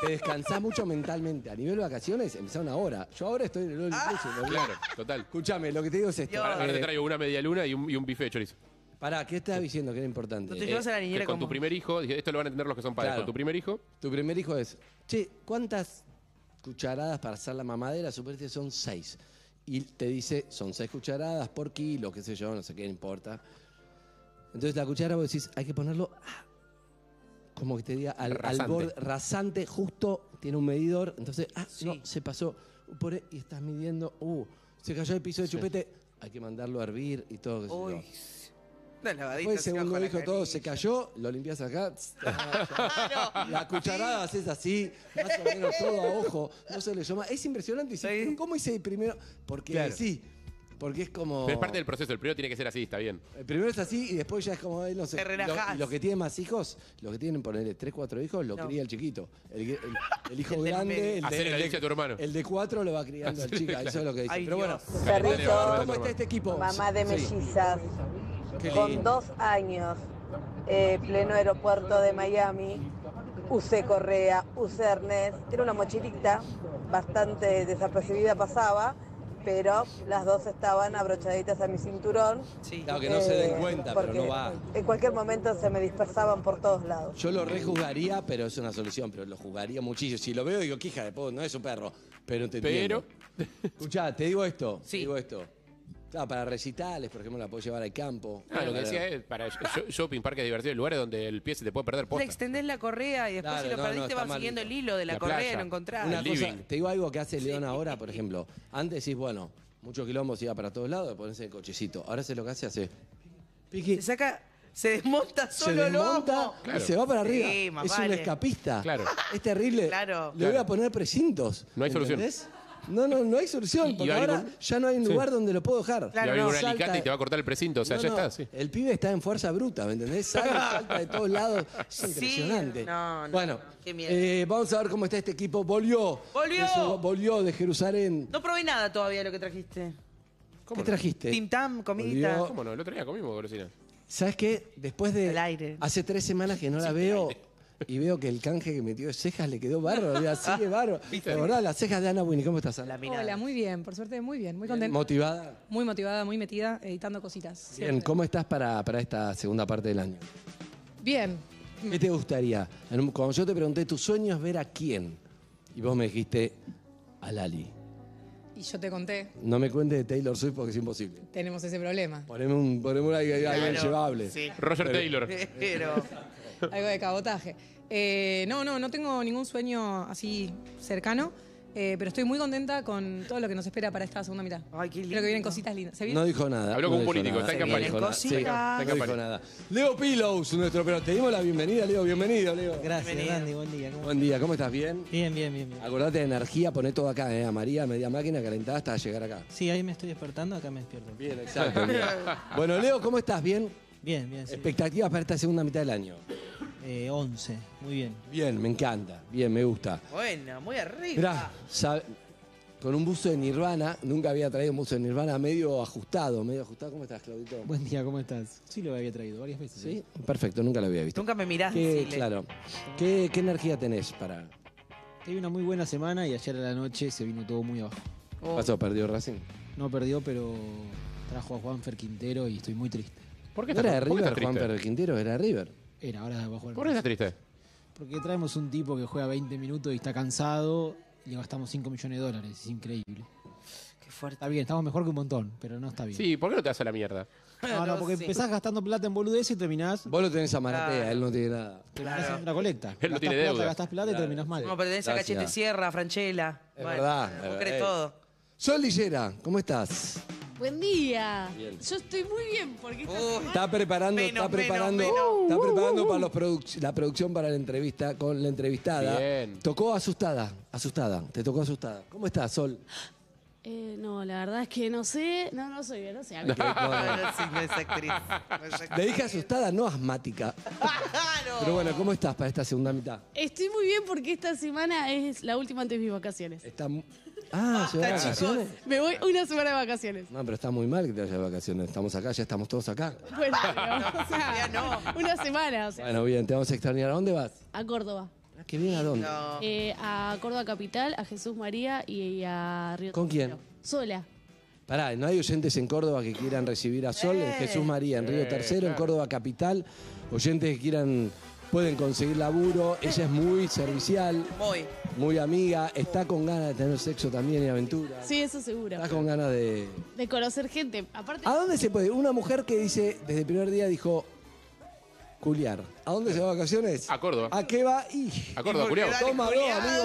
Speaker 8: te descansás mucho mentalmente. A nivel de vacaciones, empezaron ahora. Yo ahora estoy en el All Inclusive, boludo.
Speaker 9: Claro, total.
Speaker 8: Escuchame, lo que te digo es esto.
Speaker 10: Dios.
Speaker 9: Ahora, ahora te
Speaker 8: Eh,
Speaker 9: traigo una media luna y un, y un bife de chorizo.
Speaker 8: pará, ¿qué estás diciendo que era importante?
Speaker 10: No te llevas a la
Speaker 9: Que
Speaker 10: niñera
Speaker 9: con tu
Speaker 10: como-
Speaker 9: primer hijo, dije, esto lo van a entender los que son padres,
Speaker 8: Eh, Claro.
Speaker 9: con tu primer hijo,
Speaker 8: Tu primer hijo es, che, ¿cuántas cucharadas para hacer la mamadera? Suponete son seis. y te dice, son seis cucharadas por kilo, qué sé yo, no sé qué, no importa. Entonces la cuchara vos decís, hay que ponerlo, ah, como que te diga, al, al
Speaker 9: Rasante.
Speaker 8: borde, rasante, justo, tiene un medidor, entonces, ah,
Speaker 10: Sí.
Speaker 8: no, se pasó por ahí y estás midiendo, uh, se cayó el piso de
Speaker 9: Sí.
Speaker 8: chupete, hay que mandarlo a hervir y todo. qué sé yo.
Speaker 10: Uy. Una lavadita.
Speaker 8: Después,
Speaker 10: así bajo
Speaker 8: segundo
Speaker 10: la
Speaker 8: hijo, todo se
Speaker 10: canilla.
Speaker 8: cayó, lo limpias acá. tss,
Speaker 10: Claro.
Speaker 8: La cucharada haces así, más o menos todo a ojo, no se le llama. Es impresionante. y decís,
Speaker 10: Sí.
Speaker 8: "Pero ¿Cómo hice el primero? Porque
Speaker 9: Claro.
Speaker 8: sí, porque es como.
Speaker 9: Pero es parte del proceso, el primero tiene que ser así, está bien.
Speaker 8: El primero es así y después ya es como, ay, no sé.
Speaker 10: Te relajás.
Speaker 8: Lo- y los que tienen más hijos, los que tienen, ponerle 3, 4 hijos, lo
Speaker 10: No.
Speaker 8: cría el chiquito. El, el- el hijo
Speaker 10: El del medio.
Speaker 8: grande, el de,
Speaker 9: Hacerle la
Speaker 8: el de-
Speaker 9: leche a tu hermano.
Speaker 8: el de 4 lo va criando al chico. Eso es lo que dice.
Speaker 10: Ay,
Speaker 8: Pero bueno,
Speaker 10: Dios.
Speaker 9: Calentale la barba a tu
Speaker 8: ¿cómo está
Speaker 9: hermano.
Speaker 8: este equipo?
Speaker 1: Mamá de
Speaker 8: Sí,
Speaker 1: mellizas,
Speaker 8: qué
Speaker 1: con
Speaker 8: lindo.
Speaker 1: dos años, eh, pleno aeropuerto de Miami, usé correa, usé arnés, era una mochilita, bastante desapercibida pasaba, pero las dos estaban abrochaditas a mi cinturón.
Speaker 10: Sí.
Speaker 8: Claro que no se
Speaker 1: eh,
Speaker 8: den cuenta, pero
Speaker 1: porque
Speaker 8: no va.
Speaker 1: En cualquier momento se me dispersaban por todos lados.
Speaker 8: Yo lo rejugaría, pero es una solución, pero lo jugaría muchísimo. Si lo veo, digo, quija de po, no es un perro, pero te
Speaker 9: Pero-
Speaker 8: entiendo. *laughs* Escuchá, te digo esto, te
Speaker 10: Sí.
Speaker 8: digo esto. Claro, para recitales, por ejemplo, la puedo llevar al campo.
Speaker 9: Ah, lo que
Speaker 8: Para-
Speaker 9: decía es para sho- shopping, parques divertidos, lugares donde el pie se te puede perder
Speaker 10: Le
Speaker 9: posta.
Speaker 10: extendés la correa y después
Speaker 8: Claro,
Speaker 10: si lo
Speaker 8: no, no,
Speaker 10: perdiste
Speaker 8: está
Speaker 10: vas
Speaker 8: mal
Speaker 10: siguiendo el
Speaker 8: visto.
Speaker 10: hilo de la,
Speaker 9: La
Speaker 10: correa y
Speaker 9: playa.
Speaker 10: lo encontrás.
Speaker 8: Una
Speaker 9: al
Speaker 8: cosa,
Speaker 9: living.
Speaker 8: te digo algo que hace León ahora, por ejemplo. Antes decís, bueno, mucho quilombo se iba para todos lados, pones el cochecito. Ahora hace lo que hace, hace. Piqui,
Speaker 10: Se saca, se desmonta
Speaker 8: se
Speaker 10: solo el
Speaker 8: desmonta
Speaker 10: ojo.
Speaker 8: y se va para
Speaker 10: Sí,
Speaker 8: arriba.
Speaker 10: más
Speaker 8: es un
Speaker 10: vale.
Speaker 8: escapista.
Speaker 9: Claro.
Speaker 8: Es terrible.
Speaker 10: Claro.
Speaker 8: Le voy a poner precintos.
Speaker 9: No hay solución.
Speaker 8: No, no, no hay solución,
Speaker 9: Y-
Speaker 8: porque
Speaker 9: y va a
Speaker 8: ahora
Speaker 9: ningún-
Speaker 8: ya no hay un
Speaker 9: Sí.
Speaker 8: lugar donde lo puedo dejar.
Speaker 9: Y
Speaker 10: Claro,
Speaker 9: abrir
Speaker 10: no,
Speaker 9: un
Speaker 8: salta-
Speaker 9: alicate y te va a cortar el precinto, o sea,
Speaker 8: No,
Speaker 9: ya
Speaker 8: no,
Speaker 9: está, sí.
Speaker 8: El pibe está en fuerza bruta, ¿me entendés?
Speaker 9: *laughs*
Speaker 8: Sale, salta de todos lados. Es
Speaker 10: Sí,
Speaker 8: impresionante.
Speaker 10: no, no,
Speaker 8: bueno,
Speaker 10: no, qué miedo.
Speaker 8: eh, vamos a ver cómo está este equipo. Volvió.
Speaker 10: Volvió.
Speaker 8: De su- volvió de Jerusalén.
Speaker 10: No probé nada todavía de lo que trajiste.
Speaker 8: ¿Qué trajiste?
Speaker 10: Tim Tam, comidita.
Speaker 8: Volvió.
Speaker 9: ¿Cómo no? El otro día comimos golosina.
Speaker 8: ¿Sabes qué? Después de.
Speaker 10: Al aire.
Speaker 8: Hace tres semanas que no la veo. Y veo que el canje que metió de cejas le quedó bárbaro. Le sigue bárbaro. La verdad, las cejas de Ana Winnie. ¿Cómo estás, Ana?
Speaker 10: La mirada.
Speaker 1: muy bien, por suerte muy bien, muy
Speaker 8: ¿Motivada?
Speaker 1: muy motivada, muy metida, editando cositas.
Speaker 8: Bien, ¿cómo estás para, para esta segunda parte del año?
Speaker 1: Bien,
Speaker 8: ¿Qué te gustaría? En un- Cuando yo te pregunté, ¿tu sueño es ver a quién? Y vos me dijiste, a Lali.
Speaker 1: y yo te conté,
Speaker 8: No me cuentes de Taylor Swift porque es imposible.
Speaker 1: tenemos ese problema,
Speaker 8: Poneme un, poneme un aire- aire
Speaker 10: Claro,
Speaker 8: llevable.
Speaker 10: Sí.
Speaker 9: Roger Taylor.
Speaker 8: *laughs*
Speaker 10: Pero
Speaker 1: algo de cabotaje. Eh, no, no, no tengo ningún sueño así cercano, eh, pero estoy muy contenta con todo lo que nos espera para esta segunda mitad.
Speaker 10: Ay, qué
Speaker 1: Creo
Speaker 10: lindo.
Speaker 1: que vienen cositas lindas. ¿Se vio?
Speaker 8: No dijo nada.
Speaker 9: Habló con
Speaker 8: no
Speaker 9: un
Speaker 8: dijo
Speaker 9: político, está
Speaker 8: nada.
Speaker 9: en
Speaker 8: Sí,
Speaker 9: campaña.
Speaker 8: no dijo nada.
Speaker 10: Está en
Speaker 8: Sí,
Speaker 10: campaña.
Speaker 8: no dijo nada. Leo Pilos, nuestro pero te dimos la bienvenida, Leo, bienvenido, Leo.
Speaker 10: Bienvenido.
Speaker 5: buen día. ¿cómo
Speaker 8: Buen día, ¿cómo estás? ¿Bien?
Speaker 5: Bien, bien, bien, bien.
Speaker 8: Acordate de energía, poné todo acá, eh, a María, media máquina, calentada hasta llegar acá.
Speaker 5: Sí, ahí me estoy despertando, acá me despierto.
Speaker 8: Bien,
Speaker 5: *laughs*
Speaker 8: exacto. bien. Bueno, Leo, ¿cómo estás? ¿Bien?
Speaker 5: Bien, bien, sí.
Speaker 8: Expectativas para esta segunda mitad del año.
Speaker 5: Eh, 11, muy bien.
Speaker 8: Bien, me encanta. Bien, me gusta.
Speaker 10: bueno, muy arriba.
Speaker 8: Mirá, sabe- con un buzo de Nirvana, nunca había traído un buzo de Nirvana medio ajustado, medio ajustado. ¿Cómo estás, Claudito?
Speaker 5: Buen día, ¿cómo estás? Sí, lo había traído varias veces. ¿eh?
Speaker 8: Sí, perfecto, nunca lo había visto.
Speaker 10: Nunca me mirás
Speaker 8: ¿Qué,
Speaker 10: decirle.
Speaker 8: claro. ¿Qué, qué energía tenés para...?
Speaker 5: Tuve una muy buena semana y ayer a la noche se vino todo muy abajo.
Speaker 10: Oh,
Speaker 8: ¿Pasó? ¿Perdió Racing?
Speaker 5: No perdió, pero trajo a Juanfer Quintero y estoy muy triste.
Speaker 9: ¿Por qué
Speaker 8: ¿No era de
Speaker 9: estás por qué
Speaker 8: River,
Speaker 9: estás
Speaker 8: Juan
Speaker 9: triste?
Speaker 8: Pedro Quintero? ¿Era de River?
Speaker 5: Era, ahora va a jugar.
Speaker 9: ¿Por qué estás triste?
Speaker 5: Porque traemos un tipo que juega 20 minutos y está cansado y le gastamos 5 millones de dólares. Es increíble.
Speaker 10: qué fuerte.
Speaker 5: Está bien, estamos mejor que un montón, pero no está bien.
Speaker 9: Sí, ¿por qué no te vas a la mierda?
Speaker 5: No, no, porque
Speaker 10: Sí.
Speaker 5: empezás gastando plata en boludeces y terminás,
Speaker 8: Vos lo tenés a Maratea, él no tiene nada.
Speaker 5: terminás haciendo una colecta.
Speaker 9: no
Speaker 7: *laughs*
Speaker 5: Gastás
Speaker 9: tiene
Speaker 5: plata,
Speaker 9: deuda.
Speaker 5: gastás plata y terminás mal.
Speaker 10: Como pertenece a
Speaker 8: Gracias.
Speaker 10: Cachete Sierra, Franchella.
Speaker 8: Es verdad,
Speaker 10: vos
Speaker 8: es-
Speaker 10: crees
Speaker 9: *laughs*
Speaker 8: es-
Speaker 10: todo.
Speaker 8: Sol Lillera, ¿cómo estás?
Speaker 1: Buen día.
Speaker 8: Bien.
Speaker 1: Yo estoy muy bien porque
Speaker 10: Uy,
Speaker 8: Está preparando,
Speaker 10: Menos,
Speaker 8: está preparando,
Speaker 10: menos,
Speaker 1: Uh,
Speaker 8: está preparando para los produc- la producción para la entrevista con la entrevistada.
Speaker 9: Bien.
Speaker 8: Tocó asustada, asustada, te tocó asustada. ¿Cómo estás, Sol?
Speaker 1: Eh, no, la verdad es que no sé, no, no soy no sé.
Speaker 10: No, no, sí, no es actriz. No
Speaker 8: *laughs*
Speaker 10: es
Speaker 8: Le
Speaker 10: actriz.
Speaker 8: dije asustada, no asmática.
Speaker 10: Claro.
Speaker 8: Pero bueno, ¿cómo estás para esta segunda mitad?
Speaker 1: Estoy muy bien porque esta semana es la última antes de mis vacaciones.
Speaker 8: Está mu- Ah, ¿se van de
Speaker 10: chicos.
Speaker 8: vacaciones?
Speaker 1: Me voy una semana de vacaciones.
Speaker 8: No, pero está muy mal que te vayas de vacaciones. Estamos acá, ya estamos todos acá.
Speaker 1: Bueno, pero, o
Speaker 10: Ya
Speaker 1: sea,
Speaker 10: *laughs* no.
Speaker 1: una semana, o sea,
Speaker 8: Bueno, bien, te vamos a extrañar. ¿A dónde vas?
Speaker 1: a Córdoba.
Speaker 8: Ah, ¿Qué bien a dónde?
Speaker 10: No.
Speaker 1: Eh, a Córdoba Capital, a Jesús María y a Río
Speaker 8: ¿Con quién?
Speaker 1: Tercero. Sola.
Speaker 8: Pará, no hay oyentes en Córdoba que quieran recibir a Sol en Jesús María, en Río
Speaker 9: Eh,
Speaker 8: Tercero, en
Speaker 9: claro.
Speaker 8: Córdoba Capital. Oyentes que quieran, pueden conseguir laburo. Ella es muy servicial.
Speaker 10: Voy.
Speaker 8: muy amiga, está con ganas de tener sexo también y aventura.
Speaker 11: Sí, eso seguro.
Speaker 8: Está con ganas de...
Speaker 11: De conocer gente. Aparte,
Speaker 8: ¿A dónde se puede? Una mujer que dice, desde el primer día dijo, culiar. ¿A dónde se va a vacaciones?
Speaker 9: A Córdoba.
Speaker 8: ¿A qué va? Y...
Speaker 9: A Córdoba, culiao.
Speaker 8: Dos más dos,
Speaker 9: Córdoba,
Speaker 8: amigo.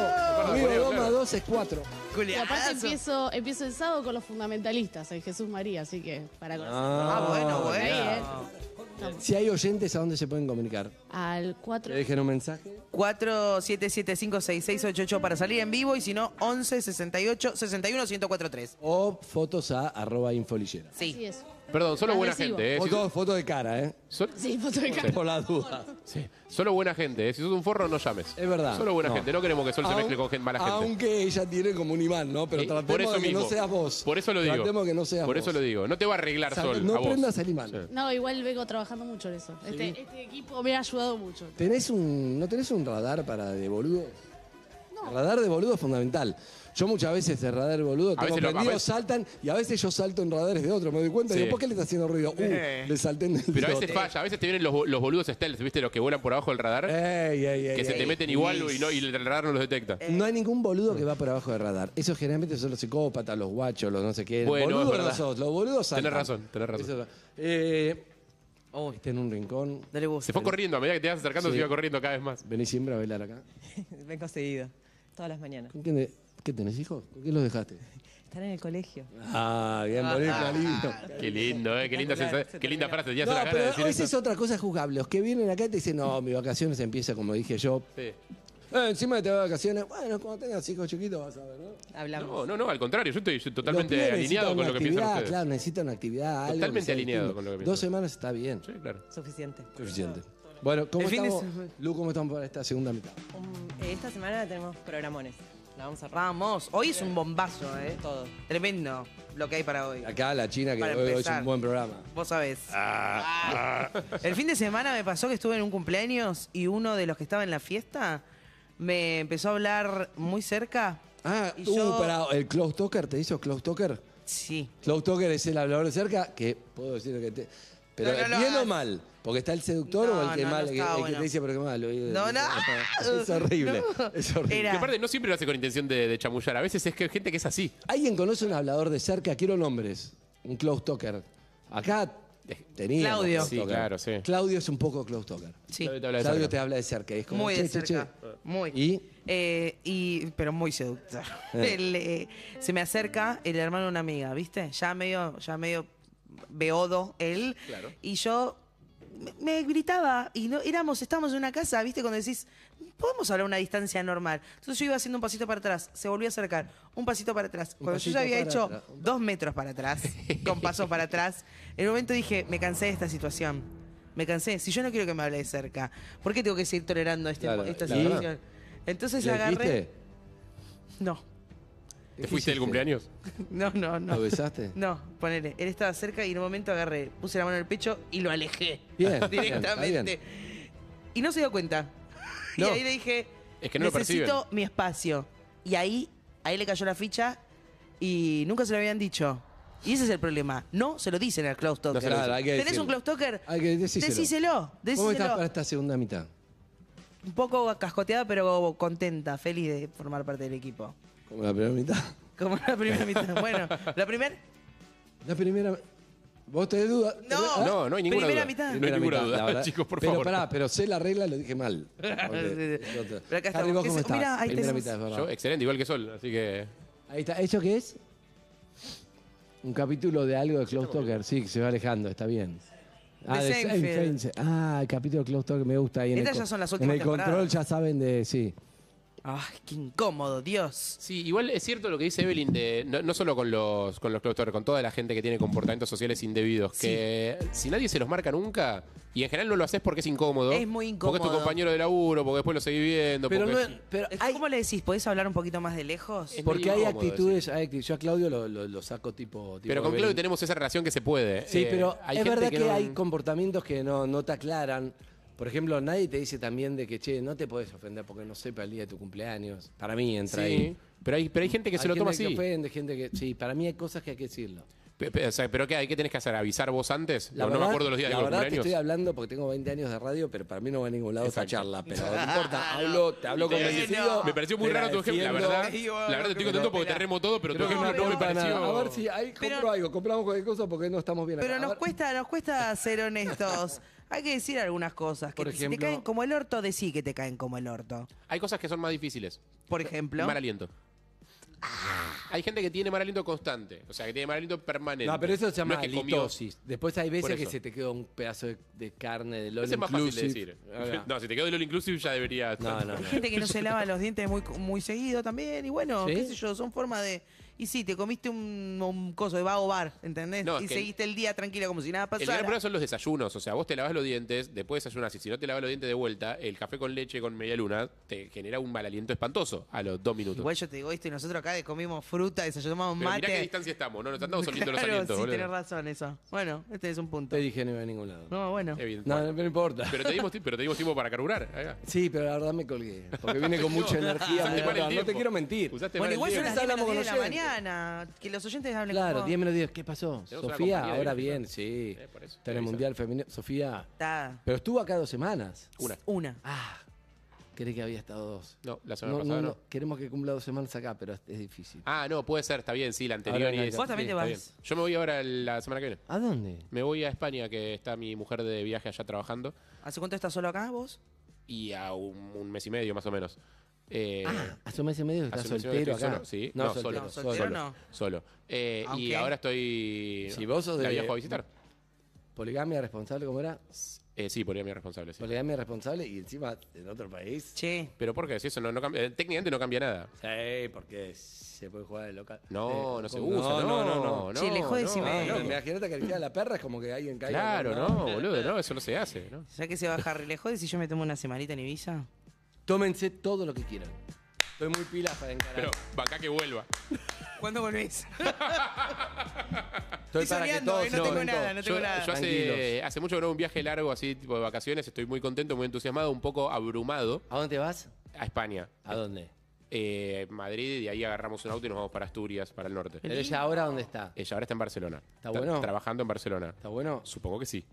Speaker 8: Amigo,
Speaker 9: culiao,
Speaker 8: dos más
Speaker 9: claro.
Speaker 8: dos es cuatro.
Speaker 11: y aparte empiezo, empiezo el sábado con los fundamentalistas en Jesús María, así que para conocer.
Speaker 8: Ah,
Speaker 10: bueno,
Speaker 11: Ahí, ¿eh?
Speaker 10: bueno.
Speaker 8: Si hay oyentes, ¿a dónde se pueden comunicar?
Speaker 11: Al
Speaker 8: ¿Le
Speaker 11: 4.
Speaker 8: dejen un mensaje?
Speaker 10: 47756688 para salir en vivo y si no, 11 68 61 1043.
Speaker 8: O fotos a arroba infolillera.
Speaker 11: Así
Speaker 10: Sí.
Speaker 11: es.
Speaker 9: Perdón, solo buena
Speaker 11: Agresivo.
Speaker 9: gente. eh. Si
Speaker 8: Fotos foto de cara, ¿eh?
Speaker 9: sol-
Speaker 11: Sí, foto de cara.
Speaker 8: Por la duda.
Speaker 9: sí, Solo buena gente. eh. Si sos un forro, no llames.
Speaker 8: Es verdad.
Speaker 9: Solo buena
Speaker 8: No.
Speaker 9: gente. Ah, No queremos que Sol se mezcle con gen- mala gente.
Speaker 8: Aunque ella tiene como un imán, ¿no? Pero
Speaker 9: Eh,
Speaker 8: tratemos
Speaker 9: por eso
Speaker 8: de que
Speaker 9: mismo.
Speaker 8: no seas vos.
Speaker 9: Por eso lo digo.
Speaker 8: Tratemos que no seas
Speaker 9: Por
Speaker 8: vos.
Speaker 9: eso lo digo. No te va a arreglar
Speaker 8: O sea,
Speaker 9: Sol.
Speaker 8: no
Speaker 9: a vos.
Speaker 8: prendas el imán.
Speaker 9: Sí.
Speaker 11: No, igual vengo trabajando mucho en eso. Este, este equipo me ha ayudado mucho.
Speaker 8: ¿Tenés un, ¿No tenés un radar para de boludo? El radar de boludo es fundamental. Yo muchas veces el radar de boludo tengo
Speaker 9: veces lo- a
Speaker 8: prendido,
Speaker 9: veces-
Speaker 8: saltan y a veces yo salto en radares de otro. Me doy cuenta y
Speaker 9: Sí.
Speaker 8: digo, ¿por qué le está haciendo ruido? Uh,
Speaker 10: Eh.
Speaker 8: le salté en el
Speaker 9: Pero a
Speaker 8: de
Speaker 9: veces
Speaker 8: otro.
Speaker 9: falla. A veces te vienen los, los boludos stealth, ¿viste? Los que vuelan por abajo del radar.
Speaker 8: Ey, ey, ey,
Speaker 9: que se
Speaker 8: ey.
Speaker 9: te meten igual y, no, y el radar no los detecta.
Speaker 8: No hay ningún boludo que va por abajo del radar. Eso generalmente son los psicópatas, los guachos, los no sé qué.
Speaker 9: Bueno,
Speaker 8: boludo
Speaker 9: es verdad.
Speaker 8: no sos, los boludos saltan.
Speaker 9: Tenés razón, tenés razón.
Speaker 8: Eso es verdad. Eh, oh, está en un rincón.
Speaker 10: Dale vos.
Speaker 9: Se fue corriendo, a medida que te vas acercando,
Speaker 8: Sí.
Speaker 9: se iba corriendo cada vez más.
Speaker 8: Vení siempre a bailar acá.
Speaker 12: *laughs* Vengo seguido, todas las mañanas.
Speaker 8: ¿Con quién de- ¿Qué tenés, hijos? ¿Con quién los dejaste?
Speaker 12: Están en el colegio.
Speaker 8: Ah, bien, bonito, lindo.
Speaker 9: Qué lindo, ¿eh? Qué linda,
Speaker 12: Espectacular,
Speaker 9: sensa-
Speaker 12: se
Speaker 9: qué linda
Speaker 12: termina.
Speaker 9: frase. Ya se
Speaker 8: No,
Speaker 9: la gana de
Speaker 8: pero
Speaker 9: decir
Speaker 8: esa
Speaker 9: eso.
Speaker 8: es otra cosa jugable. Los que vienen acá y te dicen, no, mis vacaciones empieza como dije yo.
Speaker 9: Sí.
Speaker 8: Eh, encima de te vas de vacaciones, bueno, cuando tengas hijos chiquitos vas a ver, ¿no?
Speaker 12: Hablamos.
Speaker 9: No, no, no, al contrario. Yo estoy yo
Speaker 8: Los pibes
Speaker 9: totalmente
Speaker 8: necesitan
Speaker 9: alineado con
Speaker 8: una
Speaker 9: lo que piensan
Speaker 8: actividad,
Speaker 9: ustedes.
Speaker 8: Claro, necesitan una actividad, algo.
Speaker 9: Totalmente
Speaker 8: que sea
Speaker 9: alineado
Speaker 8: distinto.
Speaker 9: con lo que
Speaker 8: Dos
Speaker 9: piensan.
Speaker 8: semanas está bien.
Speaker 9: Sí, claro.
Speaker 12: Suficiente.
Speaker 8: Suficiente. Bueno, ¿cómo
Speaker 10: El fin de
Speaker 8: estamos?
Speaker 10: semana.
Speaker 8: Lu, ¿cómo estamos para esta segunda mitad?
Speaker 12: Um, eh, esta semana tenemos programones. La vamos a armar
Speaker 10: Vamos, hoy es un bombazo, ¿eh?
Speaker 12: todo.
Speaker 10: Tremendo lo que hay para hoy.
Speaker 8: Acá la China, que
Speaker 10: Para
Speaker 8: hoy es
Speaker 10: empezar.
Speaker 8: un buen programa.
Speaker 10: Vos sabés.
Speaker 9: Ah,
Speaker 10: El fin de semana me pasó que estuve en un cumpleaños y uno de los que estaba en la fiesta me empezó a hablar muy cerca.
Speaker 8: Ah,
Speaker 10: Y
Speaker 8: uh,
Speaker 10: yo-
Speaker 8: pará, el Close Talker, ¿te hizo Close Talker?
Speaker 10: Sí.
Speaker 8: Close Talker es el hablador de cerca, que puedo decir lo que te. Pero
Speaker 10: No, no lo
Speaker 8: bien o
Speaker 10: hagas.
Speaker 8: mal, porque está el seductor
Speaker 10: No,
Speaker 8: o el que
Speaker 10: no, no
Speaker 8: mal, el que-
Speaker 10: estaba
Speaker 8: el que,
Speaker 10: bueno.
Speaker 8: te dice, pero qué mal. oído.
Speaker 10: No, *laughs* no.
Speaker 8: *laughs* Es horrible.
Speaker 10: No.
Speaker 8: Es horrible.
Speaker 10: Era-
Speaker 9: Que aparte no siempre lo hace con intención de, de chamullar. A veces es que hay gente que es así.
Speaker 8: ¿Alguien conoce un hablador de cerca? Quiero nombres. Un Close Talker. Acá eh, tenía.
Speaker 10: Claudio.
Speaker 9: Sí, claro, sí.
Speaker 8: Claudio es un poco Close Talker.
Speaker 10: Sí.
Speaker 9: Claudio te habla de
Speaker 8: Claudio
Speaker 9: cerca.
Speaker 8: te habla de cerca. y es como,
Speaker 10: Muy de
Speaker 8: "Che, che, che".
Speaker 10: cerca. Muy.
Speaker 8: ¿Y?
Speaker 10: Eh, y- pero muy seductor.
Speaker 8: Eh.
Speaker 10: *laughs* El, eh, se me acerca el hermano de una amiga, ¿viste? Ya medio, ya medio beodo él.
Speaker 9: Claro.
Speaker 10: Y yo me, me gritaba y no éramos, estábamos en una casa, ¿viste? Cuando decís, podemos hablar a una distancia normal. Entonces yo iba haciendo un pasito para atrás, se volvió a acercar, un pasito para atrás.
Speaker 8: Un
Speaker 10: Cuando yo
Speaker 8: pasito
Speaker 10: ya había
Speaker 8: para
Speaker 10: hecho
Speaker 8: atrás.
Speaker 10: dos metros para atrás, con paso para atrás, en un momento dije, me cansé de esta situación. Me cansé. Si yo no quiero que me hable de cerca, ¿por qué tengo que seguir tolerando este,
Speaker 8: Claro,
Speaker 10: esta
Speaker 8: la
Speaker 10: situación?
Speaker 8: verdad.
Speaker 10: Entonces
Speaker 8: ¿Le
Speaker 10: agarré.
Speaker 8: dijiste?
Speaker 10: No,
Speaker 9: ¿Te fuiste del cumpleaños?
Speaker 10: no, no,
Speaker 8: ¿Lo
Speaker 10: no.
Speaker 8: besaste?
Speaker 10: No, ponele. Él estaba cerca y en un momento agarré, puse la mano en el pecho y lo alejé. *laughs*
Speaker 8: Bien, bien, está
Speaker 10: directamente.
Speaker 8: bien.
Speaker 10: Y no se dio cuenta.
Speaker 9: No.
Speaker 10: Y ahí le dije,
Speaker 9: Es que no lo
Speaker 10: necesito mi espacio. Y ahí, ahí le cayó la ficha y nunca se lo habían dicho. Y ese es el problema. No se lo dicen al Klaus Talker.
Speaker 8: se lo dicen. Hay que
Speaker 10: ¿Tenés
Speaker 8: decirlo.
Speaker 10: un Klaus Talker?
Speaker 8: Hay que decíselo.
Speaker 10: Decíselo.
Speaker 8: ¿Cómo estás
Speaker 10: decíselo.
Speaker 8: para esta segunda mitad?
Speaker 10: Un poco cascoteada, pero contenta, feliz de formar parte del equipo.
Speaker 8: Como la primera mitad.
Speaker 10: Como
Speaker 8: *laughs*
Speaker 10: la primera mitad. Bueno, la primera.
Speaker 8: La primera. ¿Vos te dudas?
Speaker 10: No.
Speaker 9: No, no hay ninguna duda.
Speaker 10: Primera mitad.
Speaker 9: No hay ninguna
Speaker 8: la
Speaker 9: duda, *laughs*
Speaker 8: verdad.
Speaker 9: chicos, por
Speaker 8: pero
Speaker 9: favor.
Speaker 8: pará, pero sé la regla, lo dije
Speaker 10: *laughs*
Speaker 8: mal. Porque es otra.
Speaker 10: Pero acá
Speaker 8: Harry,
Speaker 10: estamos.
Speaker 8: ¿vos
Speaker 10: ¿Qué
Speaker 8: cómo
Speaker 10: se-
Speaker 8: estás?
Speaker 10: Mirá, ahí
Speaker 8: Primera
Speaker 10: tenemos-
Speaker 8: mitad, es verdad.
Speaker 9: Yo, excelente, igual que Sol, así que.
Speaker 8: Ahí está. ¿Eso qué es? Un capítulo de algo de Close Talker. Sí, que se va alejando, está bien. Ah,
Speaker 10: De
Speaker 8: de
Speaker 10: Seinfeld.
Speaker 8: Seinfeld. Ah, el capítulo de Close Talker me gusta. Ahí en
Speaker 10: Estas
Speaker 8: el,
Speaker 10: ya
Speaker 8: con-
Speaker 10: son las últimas
Speaker 8: En el control
Speaker 10: temporadas.
Speaker 8: ya saben de. Sí.
Speaker 10: Ay, qué incómodo, Dios.
Speaker 9: Sí, igual es cierto lo que dice Evelyn, de, no, no solo con los, con los close talkers, con toda la gente que tiene comportamientos sociales indebidos, que si nadie se los marca nunca, y en general no lo haces porque es incómodo.
Speaker 10: Es muy
Speaker 9: Porque es tu
Speaker 10: incómodo.
Speaker 9: compañero de laburo, porque después lo seguís viendo.
Speaker 8: Pero
Speaker 9: porque-
Speaker 8: no. Pero
Speaker 10: Es que,
Speaker 8: hay,
Speaker 10: ¿Cómo le decís? ¿Podés hablar un poquito más de lejos?
Speaker 9: Es
Speaker 8: porque
Speaker 9: medio
Speaker 8: hay
Speaker 9: incómodo
Speaker 8: actitudes, hay actitudes. Yo a Claudio lo, lo- lo saco tipo. tipo
Speaker 9: pero con
Speaker 8: Evelyn.
Speaker 9: Claudio tenemos esa relación que se puede.
Speaker 8: Sí,
Speaker 9: Eh,
Speaker 8: pero
Speaker 9: hay
Speaker 8: es
Speaker 9: gente
Speaker 8: verdad que,
Speaker 9: no-
Speaker 8: hay comportamientos que no, no te aclaran. Por ejemplo, nadie te dice también de que, che, no te podés ofender porque no sepa el día de tu cumpleaños. Para mí entra
Speaker 9: Sí,
Speaker 8: ahí.
Speaker 9: pero hay, pero hay gente que se
Speaker 8: Hay
Speaker 9: lo toma
Speaker 8: gente
Speaker 9: así.
Speaker 8: Que ofende, gente que, sí, para mí hay cosas que hay que decirlo.
Speaker 9: Pe- pe- o sea, ¿Pero qué, hay- qué tenés que hacer? ¿Avisar vos antes?
Speaker 8: La
Speaker 9: no, no
Speaker 8: verdad-
Speaker 9: me acuerdo los días de
Speaker 8: La
Speaker 9: los
Speaker 8: verdad te
Speaker 9: cumpleaños.
Speaker 8: estoy hablando porque tengo 20 años de radio, pero para mí no va a ningún lado esa charla. Pero no importa,
Speaker 9: No.
Speaker 8: hablo, te hablo
Speaker 9: Te-
Speaker 8: convencido.
Speaker 9: Me pareció muy
Speaker 8: te
Speaker 9: raro tu ejemplo. La
Speaker 8: defiendo.
Speaker 9: verdad, la verdad estoy contento porque te remo todo, pero tu
Speaker 8: Creo que
Speaker 9: ejemplo no me
Speaker 8: para nada.
Speaker 9: pareció.
Speaker 8: A ver si ahí compro algo, compramos cualquier cosa porque no estamos bien acá.
Speaker 10: Pero
Speaker 8: A
Speaker 10: nos
Speaker 8: ver,
Speaker 10: cuesta, nos cuesta ser honestos. Hay que decir algunas cosas. Que
Speaker 9: Por
Speaker 10: te- si te
Speaker 9: ejemplo-
Speaker 10: caen como el orto, decí que te caen como el orto.
Speaker 9: Hay cosas que son más difíciles.
Speaker 10: Por ejemplo.
Speaker 9: Mal aliento. Hay gente que tiene mal aliento constante. O sea, que tiene mal aliento permanente.
Speaker 8: No, pero eso se llama
Speaker 9: es que comió.
Speaker 8: halitosis. Después hay
Speaker 9: Por
Speaker 8: veces que
Speaker 9: eso.
Speaker 8: se te queda un pedazo de, de carne del
Speaker 9: Ese es más fácil de decir.
Speaker 8: Ahora.
Speaker 9: *laughs* No, si te quedó del All Inclusive ya debería estar.
Speaker 8: no, no.
Speaker 10: Gente que no se lava los dientes muy, muy seguido también. Y bueno,
Speaker 9: ¿Sí?
Speaker 10: qué sé yo, son formas de. Y sí, te comiste un, un coso de vago bar, ¿entendés?
Speaker 9: No, es
Speaker 10: y
Speaker 9: que-
Speaker 10: seguiste el día tranquila como si nada
Speaker 9: El gran
Speaker 10: pasara.
Speaker 9: problema son los desayunos. O sea, vos te lavas los dientes, después desayunas. Y si no te lavas los dientes de vuelta, el café con leche con media luna te genera un mal aliento espantoso a los dos minutos.
Speaker 10: Igual yo te digo esto y nosotros acá comimos fruta, desayunamos
Speaker 9: Pero mirá qué
Speaker 10: mate.
Speaker 9: distancia estamos, ¿no? Nos andamos solitos los
Speaker 10: Claro,
Speaker 9: alientos,
Speaker 10: sí,
Speaker 9: boludo.
Speaker 10: tenés razón eso. Bueno, este es un punto.
Speaker 8: Te dije no iba a ningún lado.
Speaker 10: No, bueno.
Speaker 9: Evidente.
Speaker 8: No, no, no importa.
Speaker 9: Pero te, dimos, ti- pero te dimos tiempo para carburar. acá.
Speaker 8: Sí, pero la verdad me colgué. Porque vine con
Speaker 9: *laughs* No,
Speaker 8: mucha energía.
Speaker 9: usaste
Speaker 8: me
Speaker 9: mal el
Speaker 8: agarró. no te
Speaker 9: tiempo.
Speaker 8: quiero mentir.
Speaker 9: Usaste
Speaker 10: Bueno,
Speaker 9: mal
Speaker 10: igual
Speaker 9: el
Speaker 10: son
Speaker 9: tiempo.
Speaker 10: las 10 menos 10 de la
Speaker 8: oyentes.
Speaker 10: mañana. Que los oyentes hablen
Speaker 8: Claro,
Speaker 10: como-
Speaker 8: 10 menos 10. ¿Qué pasó?
Speaker 9: Tenemos una
Speaker 8: Sofía,
Speaker 9: compañía
Speaker 8: ahora
Speaker 9: de
Speaker 8: bien, sí. Tenés Mundial Femenino. Sofía.
Speaker 10: Está.
Speaker 8: Pero estuvo acá dos semanas.
Speaker 9: Una.
Speaker 10: Una.
Speaker 8: Ah, creí que había estado dos.
Speaker 9: No, la semana pasada no.
Speaker 8: Queremos que cumpla dos semanas acá, pero es, es difícil.
Speaker 9: Ah, no, puede ser, está bien, sí, la anterior.
Speaker 8: Ahora
Speaker 9: Y
Speaker 8: venga,
Speaker 9: esa.
Speaker 10: vos también
Speaker 9: Sí, está
Speaker 10: te vas.
Speaker 9: bien. Yo me voy ahora la semana que viene.
Speaker 8: ¿A dónde?
Speaker 9: Me voy a España, que está mi mujer de viaje allá trabajando,
Speaker 10: ¿Hace cuánto estás solo acá vos?
Speaker 9: y a un, un mes y medio más o menos. Eh,
Speaker 8: Hace un mes y Ah, medio que
Speaker 9: hace
Speaker 8: estás
Speaker 9: un mes y medio
Speaker 8: soltero
Speaker 9: estoy
Speaker 8: acá.
Speaker 9: solo, sí.
Speaker 8: No,
Speaker 9: No, solo,
Speaker 8: soltero. soltero
Speaker 9: solo,
Speaker 10: no. Ah,
Speaker 9: solo. Eh,
Speaker 8: Aunque-
Speaker 9: Y ahora estoy...
Speaker 8: Si vos sos de-
Speaker 9: La viajo a visitar.
Speaker 8: Poligamia responsable, ¿cómo era?
Speaker 9: Eh, sí, podría mi responsable, sí.
Speaker 8: Poligamia responsable y encima en otro país.
Speaker 10: Che.
Speaker 9: Pero ¿por qué? Si eso no, no cambia- eh, técnicamente no cambia nada.
Speaker 8: Sí, porque se puede jugar de local.
Speaker 9: No,
Speaker 8: Eh,
Speaker 9: no se
Speaker 8: ¿cómo?
Speaker 9: usa, no, no, no. no,
Speaker 10: Che, le jode
Speaker 9: no,
Speaker 10: si me-
Speaker 9: no.
Speaker 8: Me imagínate acariciar a la perra es como que alguien caiga.
Speaker 9: Claro,
Speaker 8: con-
Speaker 9: no, boludo, no, eso no se hace, ¿no?
Speaker 10: ¿Sabés que se va a Harry lejos si yo me tomo una semanita en Ibiza?
Speaker 8: Tómense todo lo que quieran. Estoy muy pila para encarar.
Speaker 9: Pero acá que vuelva.
Speaker 10: ¿Cuándo *laughs* volvés?
Speaker 8: Estoy
Speaker 10: estoy
Speaker 8: para que
Speaker 10: soñando,
Speaker 8: todos
Speaker 10: eh, no
Speaker 8: se
Speaker 10: tengo
Speaker 8: tomen
Speaker 10: nada,
Speaker 8: todo.
Speaker 10: no
Speaker 9: Yo,
Speaker 10: tengo nada.
Speaker 9: yo hace,
Speaker 8: Tranquilos.
Speaker 9: hace mucho que no hago un viaje largo así, tipo de vacaciones, estoy muy contento, muy entusiasmado, un poco abrumado
Speaker 8: ¿A dónde te vas?
Speaker 9: a España.
Speaker 8: ¿A dónde?
Speaker 9: Eh, Madrid, y de ahí agarramos un auto y nos vamos para Asturias, para el norte.
Speaker 8: Pero ella ahora dónde está.
Speaker 9: Ella ahora está en Barcelona.
Speaker 8: ¿Está bueno?
Speaker 9: Trabajando en Barcelona.
Speaker 8: ¿Está bueno?
Speaker 9: Supongo que sí.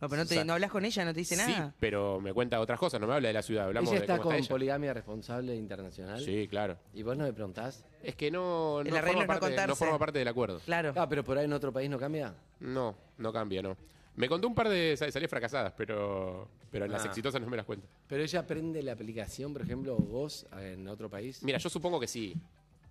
Speaker 10: No, pero no, te,
Speaker 9: O sea,
Speaker 10: no hablas con ella, no te dice
Speaker 9: Sí,
Speaker 10: nada.
Speaker 9: pero me cuenta otras cosas, no me habla de la ciudad, hablamos
Speaker 8: ella
Speaker 9: de
Speaker 8: está
Speaker 9: cómo
Speaker 8: con
Speaker 9: está ella.
Speaker 8: poligamia responsable internacional.
Speaker 9: Sí, claro.
Speaker 8: ¿Y vos no me preguntás?
Speaker 9: Es que no,
Speaker 10: El
Speaker 9: no,
Speaker 10: arreglo
Speaker 9: forma
Speaker 10: es no
Speaker 9: parte, no
Speaker 10: contarse.
Speaker 9: forma parte del acuerdo.
Speaker 10: Claro.
Speaker 8: Ah, pero por ahí en otro país no cambia.
Speaker 9: No, no cambia, no. Me contó un par de sal- salidas fracasadas, pero, pero en las
Speaker 8: Ah.
Speaker 9: exitosas no me las cuenta.
Speaker 8: Pero ella aprende la aplicación, por ejemplo, vos en otro país.
Speaker 9: Mira, yo supongo que sí.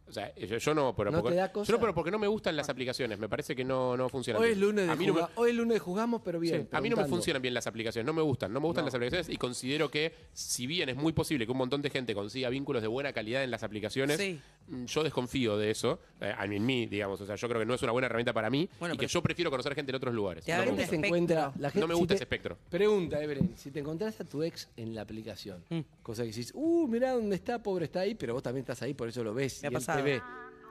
Speaker 9: O sea, eh, yo, yo no, pero
Speaker 8: ¿No
Speaker 9: porque,
Speaker 8: te da
Speaker 9: yo
Speaker 8: cosa?
Speaker 9: no, pero porque no me gustan las aplicaciones. Me parece que no, no funcionan.
Speaker 8: Hoy es
Speaker 9: bien.
Speaker 8: lunes de
Speaker 9: a mí no me-
Speaker 8: juga- hoy es lunes de jugamos, pero
Speaker 9: sí,
Speaker 8: bien.
Speaker 9: a mí no me
Speaker 8: preguntando.
Speaker 9: funcionan bien las aplicaciones, no me gustan, no me gustan las aplicaciones y considero que si bien es muy posible que un montón de gente consiga vínculos de buena calidad en las aplicaciones,
Speaker 10: Sí.
Speaker 9: mm, yo desconfío de eso, eh, a mí- en mí, digamos, o sea, yo creo que no es una buena herramienta para mí
Speaker 10: Bueno,
Speaker 9: y que
Speaker 10: pero-
Speaker 9: yo prefiero conocer gente en otros lugares.
Speaker 10: Te
Speaker 9: No
Speaker 8: La
Speaker 9: me
Speaker 10: abre
Speaker 8: gente
Speaker 10: un
Speaker 9: gusta,
Speaker 8: se
Speaker 10: espectro.
Speaker 8: encuentra. La gente,
Speaker 9: No me
Speaker 8: si
Speaker 9: gusta
Speaker 8: te-
Speaker 9: ese espectro.
Speaker 8: Pregunta, Evelyn, si te encontrás a tu ex en la aplicación,
Speaker 10: Mm.
Speaker 8: cosa que decís, uh, mirá dónde está, pobre está ahí, pero vos también estás ahí, por eso lo ves
Speaker 10: Me ha
Speaker 8: y él
Speaker 10: pasado.
Speaker 8: te ve.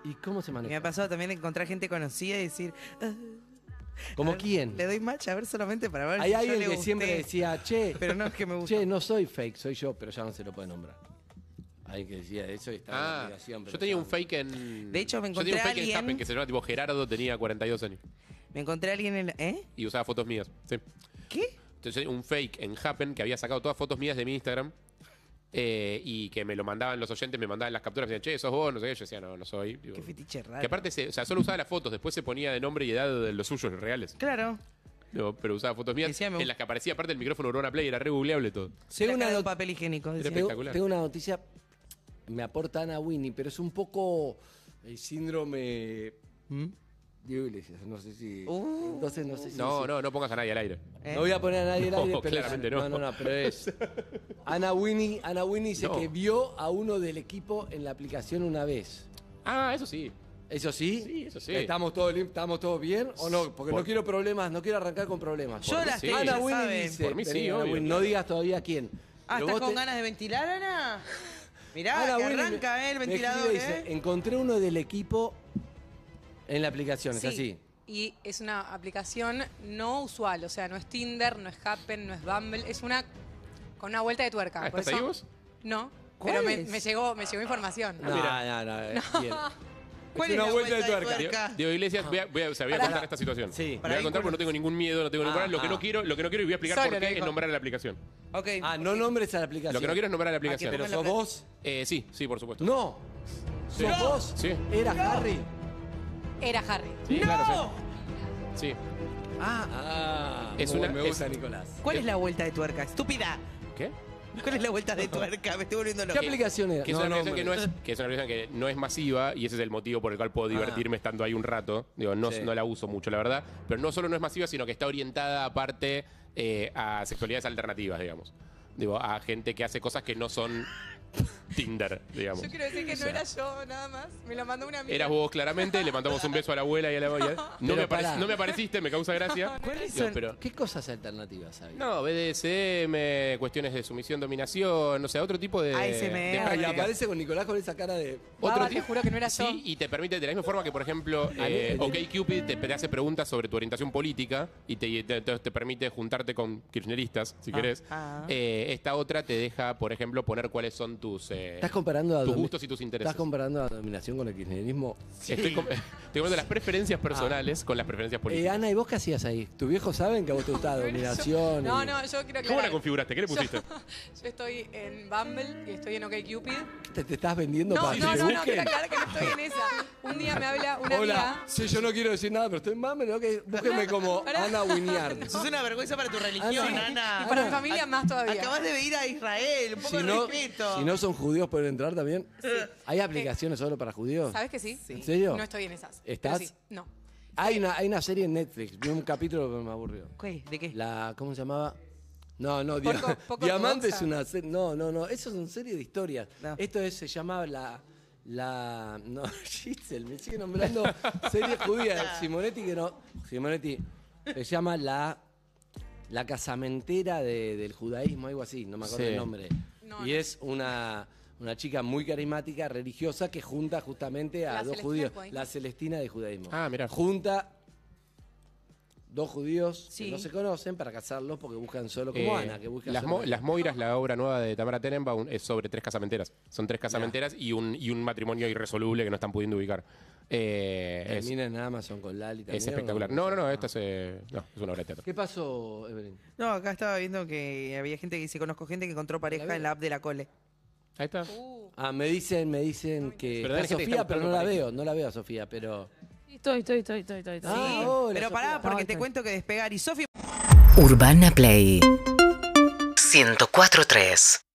Speaker 8: ¿Y cómo se
Speaker 10: Me ha
Speaker 8: maneja?
Speaker 10: pasado también de encontrar gente conocida y decir, "Ah,
Speaker 8: ¿Como quién?
Speaker 10: le doy match a ver solamente para ver si
Speaker 8: Hay
Speaker 10: yo
Speaker 8: alguien
Speaker 10: le
Speaker 8: que
Speaker 10: gusté".
Speaker 8: siempre decía, che,
Speaker 10: Pero no es que me gusta.
Speaker 8: che, no soy fake, soy yo, pero ya no se lo puede nombrar. Alguien que decía eso y estaba en la
Speaker 9: Ah,
Speaker 8: aplicación. pero
Speaker 9: yo tenía
Speaker 8: ya
Speaker 9: un
Speaker 8: no.
Speaker 9: fake en.
Speaker 10: De hecho, me
Speaker 9: yo tenía un
Speaker 10: encontré a
Speaker 9: fake en
Speaker 10: alguien-
Speaker 9: Happen que se llama tipo Gerardo, tenía 42 años
Speaker 10: Me encontré a alguien en la- ¿Eh?
Speaker 9: y usaba fotos mías. Sí.
Speaker 10: ¿Qué?
Speaker 9: Entonces, un fake en Happen que había sacado todas fotos mías de mi Instagram eh, y que me lo mandaban los oyentes, me mandaban las capturas, me decían, che, sos vos, no sé qué. Yo decía, no, no soy. Digo,
Speaker 10: Qué fetiche raro.
Speaker 9: que aparte, se- o sea, solo usaba las fotos, después se ponía de nombre y edad de los suyos reales.
Speaker 10: Claro.
Speaker 9: Digo, pero usaba fotos mías
Speaker 10: Decía, me
Speaker 9: en
Speaker 10: gu-
Speaker 9: las que aparecía aparte el micrófono Urona Play, era re googleable todo.
Speaker 10: Según
Speaker 8: una
Speaker 10: un
Speaker 8: not-
Speaker 10: papel higiénico.
Speaker 9: Era
Speaker 10: decía.
Speaker 9: espectacular.
Speaker 8: Tengo una noticia, me aporta Ana Winnie, pero es un poco el síndrome
Speaker 10: ¿Mm?
Speaker 8: Diego Iglesias, no sé si...
Speaker 10: Uh.
Speaker 8: entonces no sé si...
Speaker 9: No, no, no pongas a nadie al aire.
Speaker 10: ¿Eh?
Speaker 8: No voy a poner a nadie al
Speaker 9: No,
Speaker 8: aire, pero
Speaker 9: claramente
Speaker 8: es-
Speaker 9: no.
Speaker 8: no, no,
Speaker 9: *laughs*
Speaker 8: pero es Ana Winnie, Ana Winnie dice
Speaker 9: No.
Speaker 8: que vio a uno del equipo en la aplicación una vez.
Speaker 9: Ah, eso sí.
Speaker 8: ¿Eso sí?
Speaker 9: Sí, eso sí.
Speaker 8: ¿Estamos todos, lim- ¿Estamos todos bien o no? Porque
Speaker 9: Por-
Speaker 8: no quiero problemas, no quiero arrancar con problemas.
Speaker 10: Yo
Speaker 9: Por mí
Speaker 10: las
Speaker 9: sí.
Speaker 10: tengo,
Speaker 8: Ana
Speaker 10: ya
Speaker 8: Winnie
Speaker 10: saben.
Speaker 8: dice,
Speaker 9: Por mí sí,
Speaker 8: vení, Ana
Speaker 9: obvio,
Speaker 8: Winnie,
Speaker 9: claro.
Speaker 8: no digas todavía quién.
Speaker 10: Ah,
Speaker 8: Pero
Speaker 10: ¿estás
Speaker 8: vos
Speaker 10: con
Speaker 8: te-
Speaker 10: ganas de
Speaker 8: *laughs*
Speaker 10: ventilar, Ana? Mirá,
Speaker 8: Ana
Speaker 10: que
Speaker 8: Winnie
Speaker 10: arranca,
Speaker 8: me-
Speaker 10: ¿eh? El
Speaker 8: me
Speaker 10: ventilador,
Speaker 8: escribe y dice,
Speaker 10: ¿eh?
Speaker 8: Encontré uno del equipo en la aplicación,
Speaker 13: Sí,
Speaker 8: es así.
Speaker 13: Y es una aplicación no usual, o sea, no es Tinder, no es Happen, no es Bumble, es una con una vuelta de tuerca.
Speaker 9: Ah,
Speaker 13: por
Speaker 9: ¿Estás
Speaker 13: eso-
Speaker 9: ahí vos?
Speaker 13: No,
Speaker 10: ¿Cuál
Speaker 13: pero me,
Speaker 10: es?
Speaker 9: Ah,
Speaker 13: me llegó, me llegó información.
Speaker 10: *laughs*
Speaker 8: No, no, no, eh, bien.
Speaker 10: ¿Cuál
Speaker 9: es
Speaker 10: es
Speaker 9: una
Speaker 10: la
Speaker 9: vuelta de
Speaker 10: vuelta de
Speaker 9: tuerca.
Speaker 10: tuerca?
Speaker 9: Diego Iglesias, voy a, voy a- o sea, voy a
Speaker 10: Pará.
Speaker 9: contar esta situación. Voy
Speaker 10: Pará,
Speaker 9: a contar
Speaker 10: disculpa.
Speaker 9: porque no tengo ningún miedo, no tengo ningún problema. Lo que
Speaker 10: Ajá.
Speaker 9: no quiero, lo que no quiero y voy a explicar
Speaker 10: Solo
Speaker 9: por
Speaker 10: lo
Speaker 9: qué es
Speaker 10: dijo.
Speaker 9: nombrar a la aplicación.
Speaker 10: Ok.
Speaker 8: Ah, no nombres a la aplicación.
Speaker 9: Lo que no quiero es nombrar a la
Speaker 8: Ah, que
Speaker 9: aplicación.
Speaker 8: ¿Pero sos vos?
Speaker 9: Eh, sí, sí, por supuesto.
Speaker 8: No.
Speaker 9: Sí.
Speaker 8: ¿Sos vos?
Speaker 9: Sí.
Speaker 8: ¿Era Harry?
Speaker 13: Era Harry.
Speaker 9: Sí, claro, sí. Sí.
Speaker 8: Ah, ah.
Speaker 9: Es
Speaker 8: muy
Speaker 9: una-
Speaker 8: me gusta,
Speaker 9: es-
Speaker 8: Nicolás.
Speaker 10: ¿Cuál es la vuelta de tuerca? Estúpida.
Speaker 9: ¿Qué?
Speaker 10: ¿Cuál es la
Speaker 8: *laughs*
Speaker 10: vuelta de tuerca? Me estoy volviendo loco.
Speaker 9: Que- Que es, una
Speaker 8: No, no,
Speaker 9: aplicación que, no
Speaker 8: hombre.
Speaker 9: es, que es una aplicación que no es masiva y ese es el motivo por el cual puedo divertirme estando ahí un rato. Digo, no,
Speaker 8: Ah. Sí.
Speaker 9: no la uso mucho, la verdad. Pero no solo no es masiva, sino que está orientada aparte eh, a sexualidades alternativas, digamos. Digo, a gente que hace cosas que no son Tinder, digamos.
Speaker 13: Yo quiero decir que
Speaker 9: O
Speaker 13: no
Speaker 9: sea,
Speaker 13: era yo, nada más. Me lo mandó una amiga.
Speaker 9: Eras vos claramente, le mandamos un beso a la abuela y a la abuela. No,
Speaker 8: Pero
Speaker 9: me, apare-
Speaker 8: pará.
Speaker 9: no me apareciste, me causa
Speaker 10: *laughs*
Speaker 9: gracia.
Speaker 8: ¿Cuáles
Speaker 9: Digo,
Speaker 8: son-
Speaker 9: pero-
Speaker 8: ¿Qué cosas alternativas hay?
Speaker 9: no, BDSM, cuestiones de sumisión, dominación, o sea, otro tipo de, de
Speaker 8: Ah, y
Speaker 9: prácticas.
Speaker 8: aparece con Nicolás con esa cara de.
Speaker 9: Otro tipo-
Speaker 13: Juro que no era yo.
Speaker 9: Sí, y te permite, de la misma forma que, por ejemplo, eh, OkCupid te, te hace preguntas sobre tu orientación política y te, te- te- te permite juntarte con kirchneristas, si
Speaker 10: Ah,
Speaker 9: querés.
Speaker 10: ah.
Speaker 9: Eh, esta otra te deja, por ejemplo, poner cuáles son tus, eh,
Speaker 8: ¿Estás comparando a
Speaker 9: tus
Speaker 8: domi-
Speaker 9: gustos y tus intereses.
Speaker 8: Ah, ¿Estás comparando a dominación con el kirchnerismo? Ah.
Speaker 9: Estoy, com- *laughs* estoy comparando las preferencias personales con las preferencias
Speaker 8: Eh,
Speaker 9: políticas.
Speaker 8: Ana, ¿y vos qué hacías ahí? ¿Tus viejos saben que a vos te
Speaker 1: *laughs*
Speaker 8: gusta dominación?
Speaker 13: *laughs* No,
Speaker 8: y-
Speaker 13: no, yo quiero
Speaker 9: ¿Cómo
Speaker 13: aclarar.
Speaker 9: la configuraste? ¿Qué le
Speaker 13: Yo-
Speaker 10: *laughs*
Speaker 9: pusiste?
Speaker 13: Yo estoy en Bumble y estoy en OkCupid.
Speaker 8: ¿Te, te estás vendiendo
Speaker 13: No,
Speaker 8: para que
Speaker 13: no,
Speaker 8: te
Speaker 13: no, no,
Speaker 8: busquen?
Speaker 13: quiero aclarar que no estoy en esa. Un día me habla una
Speaker 8: Hola,
Speaker 13: amiga.
Speaker 8: sí, yo no quiero decir nada, pero estoy más menos que búsquenme como
Speaker 13: Pará.
Speaker 8: Ana Wiñard.
Speaker 13: *laughs*
Speaker 10: Eso es una vergüenza para tu religión,
Speaker 8: Ah, sí.
Speaker 10: Ana.
Speaker 13: Y para mi familia
Speaker 10: Ac-
Speaker 13: más todavía.
Speaker 10: Ah, Acabas de ir a Israel. Un poco
Speaker 8: Si
Speaker 10: de
Speaker 8: no,
Speaker 10: respeto.
Speaker 8: si no son judíos, pueden entrar también. ¿Hay aplicaciones solo para judíos?
Speaker 13: ¿Sabes que sí?
Speaker 8: ¿En serio?
Speaker 13: No estoy en esas. pero
Speaker 8: ¿Estás?
Speaker 13: sí, No.
Speaker 8: Hay una, hay una serie en Netflix, vi un capítulo que me aburrió.
Speaker 10: ¿Qué? ¿De qué?
Speaker 8: La, ¿Cómo se llamaba? No, no,
Speaker 13: Poco-
Speaker 8: *laughs* Dia-
Speaker 13: poco
Speaker 8: Diamante es
Speaker 13: ortodoxa.
Speaker 8: una serie. No, no, no, eso es una serie de historias. Esto es, se llama la. La. No, *laughs* Giselle, me sigue nombrando serie
Speaker 13: *laughs*
Speaker 8: judía. Simonetti, que no. Simonetti, se llama la. La casamentera de- del judaísmo, algo así, no me acuerdo
Speaker 9: Sí.
Speaker 8: el nombre.
Speaker 13: No,
Speaker 8: y
Speaker 13: no.
Speaker 8: es una, una chica muy carismática, religiosa, que junta justamente a
Speaker 13: La
Speaker 8: dos
Speaker 13: Celestina
Speaker 8: judíos.
Speaker 13: del judaísmo.
Speaker 8: La Celestina de judaísmo.
Speaker 9: Ah, mirá.
Speaker 8: Junta dos judíos
Speaker 10: Sí.
Speaker 8: que no se conocen para casarlos porque buscan solo como
Speaker 9: Eh,
Speaker 8: Ana, que busca
Speaker 9: las,
Speaker 8: solo-
Speaker 9: Mo- Las Moiras, la obra nueva de Tamara Tenenbaum, es sobre tres casamenteras. Son tres casamenteras y un, y un matrimonio irresoluble que no están pudiendo ubicar. Eh, es,
Speaker 8: Termina en Amazon con Lali también.
Speaker 9: es
Speaker 8: ¿o
Speaker 9: espectacular. No, no, no, esta es, eh, no, es una obra de teatro.
Speaker 8: ¿Qué pasó, Evelyn?
Speaker 10: No, acá estaba viendo que había gente que dice, conozco gente que encontró pareja en la app de la cole.
Speaker 9: Ahí está.
Speaker 8: Ah, me dicen, me dicen que
Speaker 9: Pero
Speaker 8: está
Speaker 9: hay gente que
Speaker 8: Sofía,
Speaker 9: está
Speaker 8: pero no
Speaker 9: buscando
Speaker 8: la
Speaker 9: pareja.
Speaker 8: veo, no la veo a Sofía, pero...
Speaker 11: Estoy, estoy, estoy, estoy, estoy. estoy.
Speaker 8: Ah,
Speaker 10: Sí,
Speaker 8: hola,
Speaker 10: pero pará,
Speaker 8: Sofía.
Speaker 10: porque te cuento que despegar y Sofía...
Speaker 14: Urbana Play 104.3